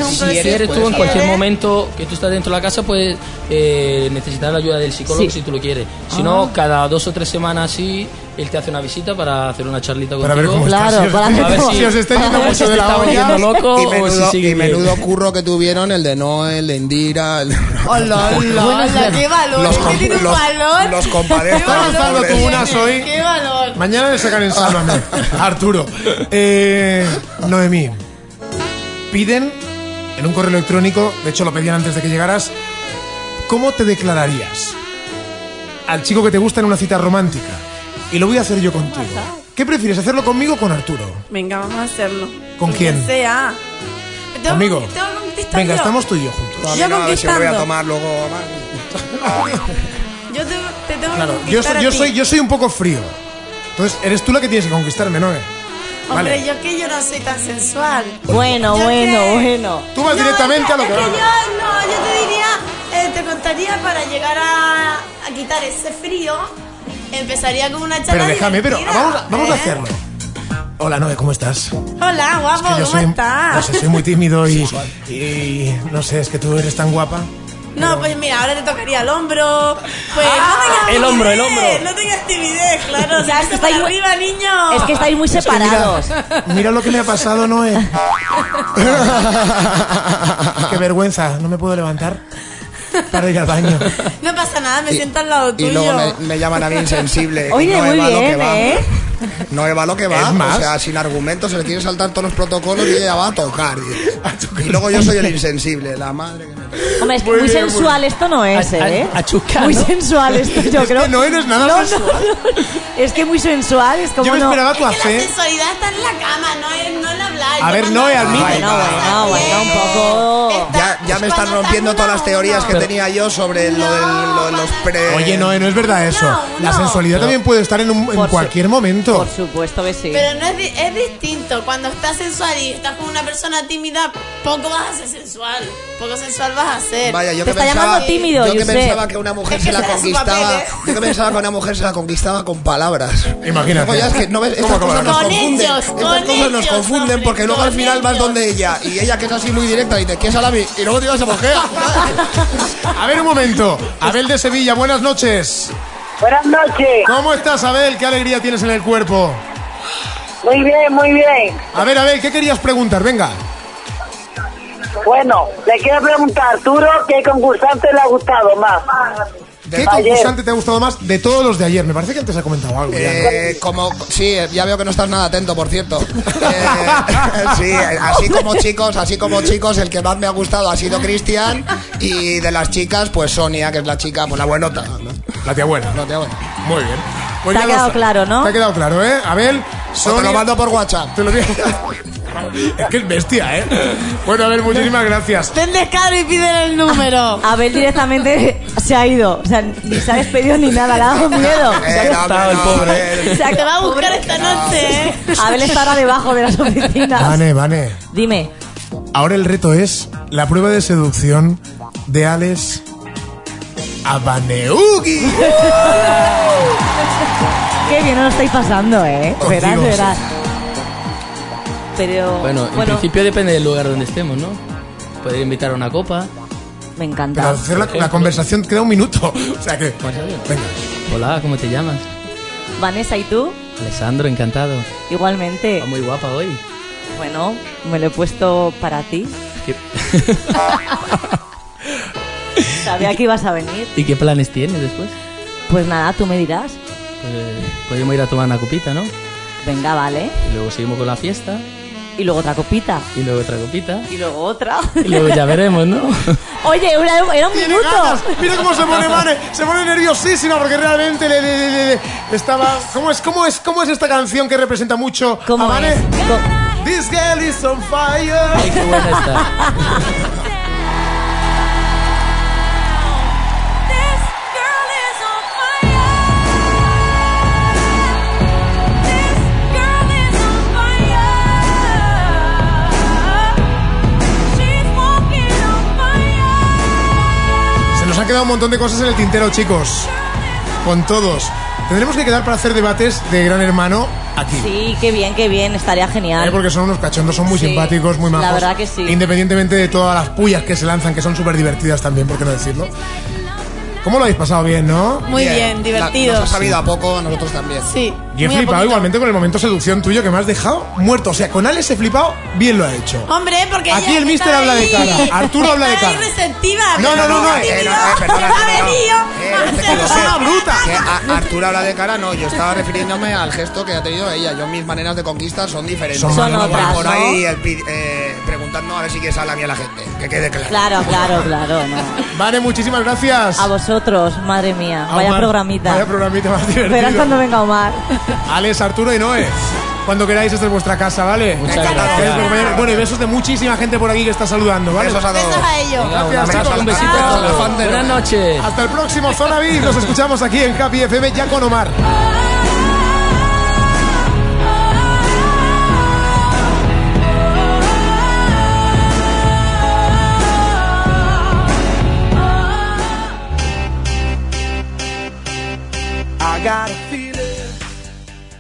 Speaker 6: un
Speaker 5: si
Speaker 6: problema.
Speaker 5: eres tú en
Speaker 6: Si
Speaker 5: cualquier
Speaker 6: eres-
Speaker 5: momento que tú estás dentro de la casa puedes eh, necesitar la ayuda del psicólogo
Speaker 6: Sí.
Speaker 5: si tú lo quieres. Si
Speaker 3: Ah.
Speaker 5: no, cada dos o tres semanas sí, él te hace una visita para hacer una charlita
Speaker 4: Para ver
Speaker 5: contigo.
Speaker 4: cómo estás, Claro, si os- para ver
Speaker 5: a ver
Speaker 4: cómo- si os está
Speaker 5: para
Speaker 4: yendo
Speaker 5: ver
Speaker 4: mucho
Speaker 5: si
Speaker 4: de
Speaker 5: te
Speaker 4: la
Speaker 5: está
Speaker 4: olla.
Speaker 5: volviendo loco
Speaker 7: y
Speaker 5: o si
Speaker 7: menudo,
Speaker 5: sigue
Speaker 7: y menudo
Speaker 5: bien.
Speaker 7: curro que tuvieron el de Noel, el de Indira, el...
Speaker 6: Hola, hola, hola, qué valor,
Speaker 7: Los
Speaker 6: es que
Speaker 7: comp-
Speaker 6: tiene un
Speaker 7: los-
Speaker 6: valor.
Speaker 7: los
Speaker 4: compadezco.
Speaker 6: Qué valor
Speaker 4: Estás lanzando tú
Speaker 6: tiene,
Speaker 4: unas hoy.
Speaker 6: Qué valor.
Speaker 4: Mañana le sacan en Sálvame, Arturo. Eh, Noemí, piden en un correo electrónico, de hecho lo pedían antes de que llegaras, ¿cómo te declararías al chico que te gusta en una cita romántica? Y lo voy a hacer yo contigo. ¿Qué prefieres, hacerlo conmigo o con Arturo?
Speaker 6: Venga, vamos a hacerlo.
Speaker 4: ¿Con quién?
Speaker 6: Sea. Tengo que-
Speaker 4: Conmigo.
Speaker 6: tengo que conquistar
Speaker 4: Venga,
Speaker 6: yo.
Speaker 4: estamos tú y yo juntos.
Speaker 6: Yo
Speaker 7: a ver si me voy a
Speaker 6: conquistando.
Speaker 7: tomar luego.
Speaker 6: Yo te, te tengo
Speaker 4: Claro,
Speaker 6: que
Speaker 4: yo,
Speaker 6: conquistar
Speaker 4: soy-
Speaker 6: a
Speaker 4: yo
Speaker 6: ti.
Speaker 4: soy, yo soy un poco frío. Entonces, eres tú la que tienes que conquistarme, ¿no?
Speaker 6: Hombre,
Speaker 4: Vale.
Speaker 6: yo que yo no soy tan sensual.
Speaker 3: Bueno,
Speaker 6: ¿Yo
Speaker 3: bueno,
Speaker 6: qué?
Speaker 3: bueno.
Speaker 4: Tú vas
Speaker 6: No,
Speaker 4: directamente a lo
Speaker 6: es
Speaker 4: que
Speaker 6: yo
Speaker 4: va.
Speaker 6: no, yo te diría, eh, te contaría para llegar a, a quitar ese frío, empezaría con una charla
Speaker 4: Pero déjame, pero
Speaker 6: divertida,
Speaker 4: vamos, a- vamos a
Speaker 6: ¿eh?
Speaker 4: hacerlo. Hola, Noe, ¿cómo estás?
Speaker 6: Hola, guapo,
Speaker 4: yo
Speaker 6: ¿cómo
Speaker 4: soy, pues no
Speaker 6: estás?
Speaker 4: sé, soy muy tímido y, y no sé, es que tú eres tan guapa.
Speaker 6: No, pues mira, ahora te tocaría el hombro. Pues
Speaker 7: Ah,
Speaker 6: no tengas
Speaker 4: el hombro, el
Speaker 6: timidez,
Speaker 4: hombro.
Speaker 6: No tengas timidez, claro.
Speaker 3: Ya,
Speaker 6: Ya,
Speaker 3: es que estáis muy-
Speaker 6: arriba, niño.
Speaker 3: Es que estáis muy
Speaker 4: Es que
Speaker 3: separados.
Speaker 4: mira, mira lo que me ha pasado, Noé. Qué vergüenza, no me puedo levantar para ir al baño.
Speaker 6: No pasa nada, me siento al lado tuyo.
Speaker 7: Y luego me, me llaman a mí insensible.
Speaker 6: Oye,
Speaker 7: no
Speaker 6: muy
Speaker 7: Eva lo que
Speaker 6: bien,
Speaker 7: va.
Speaker 6: ¿eh?
Speaker 7: No Eva lo que va.
Speaker 4: Es más-
Speaker 7: O sea, sin argumentos, se le quiere saltar todos los protocolos y ella va a tocar. Y luego yo soy el insensible, la madre que me...
Speaker 3: Hombre, es que
Speaker 7: Muy
Speaker 3: muy,
Speaker 7: bien, muy
Speaker 3: sensual esto no es,
Speaker 7: A- a-
Speaker 3: ¿eh?
Speaker 7: achucar,
Speaker 3: muy
Speaker 7: ¿no?
Speaker 3: sensual esto, yo
Speaker 7: Es que
Speaker 3: creo.
Speaker 7: no eres nada sensual.
Speaker 3: no, no. Es que muy sensual, es como
Speaker 4: Yo me
Speaker 3: no-
Speaker 4: esperaba tu
Speaker 6: La
Speaker 4: hacer.
Speaker 6: sensualidad está en la cama, no en, no en hablar.
Speaker 4: A ver, Noé, al mío.
Speaker 3: un poco.
Speaker 7: Ya, ya
Speaker 6: pues
Speaker 7: me están rompiendo todas las teorías que tenía yo sobre lo, del- lo de los pre.
Speaker 4: Oye, Noé, no es verdad eso. La sensualidad también puede estar en, un- en cualquier momento.
Speaker 3: Por supuesto que sí.
Speaker 6: Pero no es, di- es distinto. Cuando estás sensual y estás con una persona tímida, poco vas a ser sensual. Poco sensual vas a ser.
Speaker 7: Vaya, yo que pensaba- Yo que pensaba que una mujer
Speaker 6: Es
Speaker 7: se
Speaker 6: que
Speaker 7: la
Speaker 6: será su
Speaker 7: conquistaba.
Speaker 6: papel, ¿eh?
Speaker 7: Yo que pensaba que una mujer se la conquistaba con palabras.
Speaker 4: Imagínate.
Speaker 7: Luego ya es que no ves- estas
Speaker 4: ¿Cómo
Speaker 7: cosas nos
Speaker 4: acabará? Con
Speaker 7: confunden.
Speaker 4: ellos,
Speaker 7: estas
Speaker 4: con
Speaker 7: cosas nos
Speaker 4: ellos,
Speaker 7: confunden porque luego al final vas donde ella y ella que es así muy directa y te quieres a la vi y luego te ibas a mojea.
Speaker 4: A ver un momento. Abel de Sevilla, buenas noches.
Speaker 20: Buenas noches.
Speaker 4: ¿Cómo estás, Abel? ¿Qué alegría tienes en el cuerpo?
Speaker 20: Muy bien, muy bien.
Speaker 4: A ver, Abel, ¿qué querías preguntar? Venga.
Speaker 20: Bueno, le quiero preguntar, Arturo, ¿qué concursante le ha gustado más?
Speaker 4: ¿Qué
Speaker 20: Ayer.
Speaker 4: concursante te ha gustado más de todos los de ayer? Me parece que antes ha comentado algo. ya.
Speaker 7: Eh, como sí, ya veo que no estás nada atento, por cierto. Eh, sí, así como chicos, así como chicos, el que más me ha gustado ha sido Cristian y de las chicas, pues Sonia, que es la chica, pues la buenota. ¿no?
Speaker 4: La tía buena.
Speaker 7: La tía buena.
Speaker 4: Muy bien. Pues
Speaker 3: Te ha quedado claro, ¿no?
Speaker 4: Te ha quedado claro, ¿eh? Abel,
Speaker 7: te
Speaker 4: Sonia-
Speaker 7: lo mando por WhatsApp.
Speaker 4: Te lo digo. es que es bestia, ¿eh? Bueno, Abel, muchísimas gracias.
Speaker 6: Ten descaro y piden el número.
Speaker 3: Abel directamente se ha ido. O sea, ni se ha despedido ni nada, le ha dado miedo.
Speaker 7: Eh, no, hombre, no,
Speaker 3: O sea, que va a buscar esta noche, ¿eh? Abel está ahora debajo de las oficinas.
Speaker 4: Vane, Vane.
Speaker 3: Dime.
Speaker 4: Ahora el reto es la prueba de seducción de Alex a Vaneugi.
Speaker 3: Qué bien os lo estáis pasando, ¿eh?
Speaker 4: Contigo,
Speaker 3: Verás,
Speaker 4: sí.
Speaker 3: verás. Pero.
Speaker 5: Bueno, en principio depende del lugar donde estemos, ¿no? Poder invitar a una copa.
Speaker 3: Me
Speaker 4: Pero
Speaker 3: encanta.
Speaker 4: hacer la, la conversación queda un minuto. O sea que. Venga.
Speaker 5: Hola, ¿cómo te llamas?
Speaker 3: Vanessa, ¿y tú?
Speaker 5: Alessandro, encantado.
Speaker 3: Igualmente.
Speaker 5: Muy guapa hoy.
Speaker 3: Bueno, me lo he puesto para ti.
Speaker 5: ¿Qué-
Speaker 3: Sabía que ibas a venir.
Speaker 5: ¿Y qué planes tienes después?
Speaker 3: Pues nada, tú me dirás.
Speaker 5: Pues, podemos ir a tomar una copita, ¿no?
Speaker 3: Venga, vale.
Speaker 5: Y luego seguimos con la fiesta.
Speaker 3: Y luego otra copita.
Speaker 5: Y luego otra copita.
Speaker 3: Y luego otra.
Speaker 5: Y luego ya veremos, ¿no?
Speaker 3: Oye, una- era un minuto.
Speaker 4: Mira cómo se pone Mane, se pone nerviosísima porque realmente le, le- le- le- le estaba. ¿Cómo es, cómo, es, ¿Cómo es esta canción que representa mucho a
Speaker 5: Ah,
Speaker 4: Mane? This girl is on fire. Ay,
Speaker 5: qué buena está.
Speaker 4: Se nos han quedado un montón de cosas en el tintero, chicos. Con todos. Tendremos que quedar para hacer debates de Gran Hermano aquí.
Speaker 3: Sí, qué bien, qué bien, estaría genial.
Speaker 4: Eh, Porque son unos cachondos, son muy
Speaker 3: Sí,
Speaker 4: simpáticos, muy
Speaker 3: la
Speaker 4: majos.
Speaker 3: verdad que sí.
Speaker 4: Independientemente de todas las pullas que se lanzan, que son súper divertidas también, ¿por qué no decirlo? ¿Cómo lo habéis pasado bien, no?
Speaker 6: Muy bien, divertido.
Speaker 7: nos ha sabido a poco, nosotros también.
Speaker 6: Sí.
Speaker 4: Yo he
Speaker 6: muy a
Speaker 4: flipado
Speaker 6: poquito.
Speaker 4: igualmente con el momento seducción tuyo que me has dejado muerto. O sea, con Alex he flipado, bien lo ha hecho.
Speaker 6: Hombre, porque
Speaker 4: Aquí
Speaker 6: ella
Speaker 4: el mister
Speaker 6: está
Speaker 4: habla de
Speaker 6: ahí.
Speaker 4: cara, Arturo habla de
Speaker 6: Está ahí
Speaker 4: cara.
Speaker 6: receptiva.
Speaker 4: No,
Speaker 6: pero
Speaker 4: no, no, Eh, no,
Speaker 6: ha
Speaker 4: eh,
Speaker 7: no,
Speaker 6: venido.
Speaker 7: eh, perdona,
Speaker 6: Ha
Speaker 7: no, no.
Speaker 6: venido a
Speaker 7: Que
Speaker 6: hacer
Speaker 7: lo sé.
Speaker 6: una bruta.
Speaker 7: Que a- Arturo habla de cara, no, yo estaba refiriéndome al gesto que ha tenido ella. Yo mis maneras de conquista son diferentes.
Speaker 4: Son Son maneras, otras,
Speaker 7: Por
Speaker 4: ¿no?
Speaker 7: ahí el pi- eh, preguntando a ver si quieres hablar bien a la gente. Que quede claro.
Speaker 3: Claro, claro, claro. no.
Speaker 4: Vale, muchísimas gracias.
Speaker 3: A vosotros, madre mía.
Speaker 4: A
Speaker 3: vaya
Speaker 4: Omar,
Speaker 3: programita.
Speaker 4: Vaya programita más divertido.
Speaker 3: Verás cuando venga Omar.
Speaker 4: Alex, Arturo y Noé. Cuando queráis, esta es vuestra casa, ¿vale? Muchas
Speaker 5: gracias.
Speaker 4: por acompañarnos. Bueno, y besos de muchísima gente por aquí que está saludando, ¿vale?
Speaker 7: Besos a todos. Besos
Speaker 6: a ellos.
Speaker 5: Venga, un
Speaker 4: Gracias,
Speaker 5: abrazo,
Speaker 4: chicos.
Speaker 5: un besito.
Speaker 4: Hasta luego.
Speaker 5: Fan de Buenas Noé. noches.
Speaker 4: Hasta el próximo Zona VIP. Nos escuchamos aquí en Happy FM ya con Omar.
Speaker 17: I got a feeling.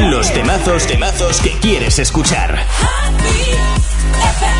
Speaker 14: Los temazos, temazos que quieres escuchar.
Speaker 18: FM.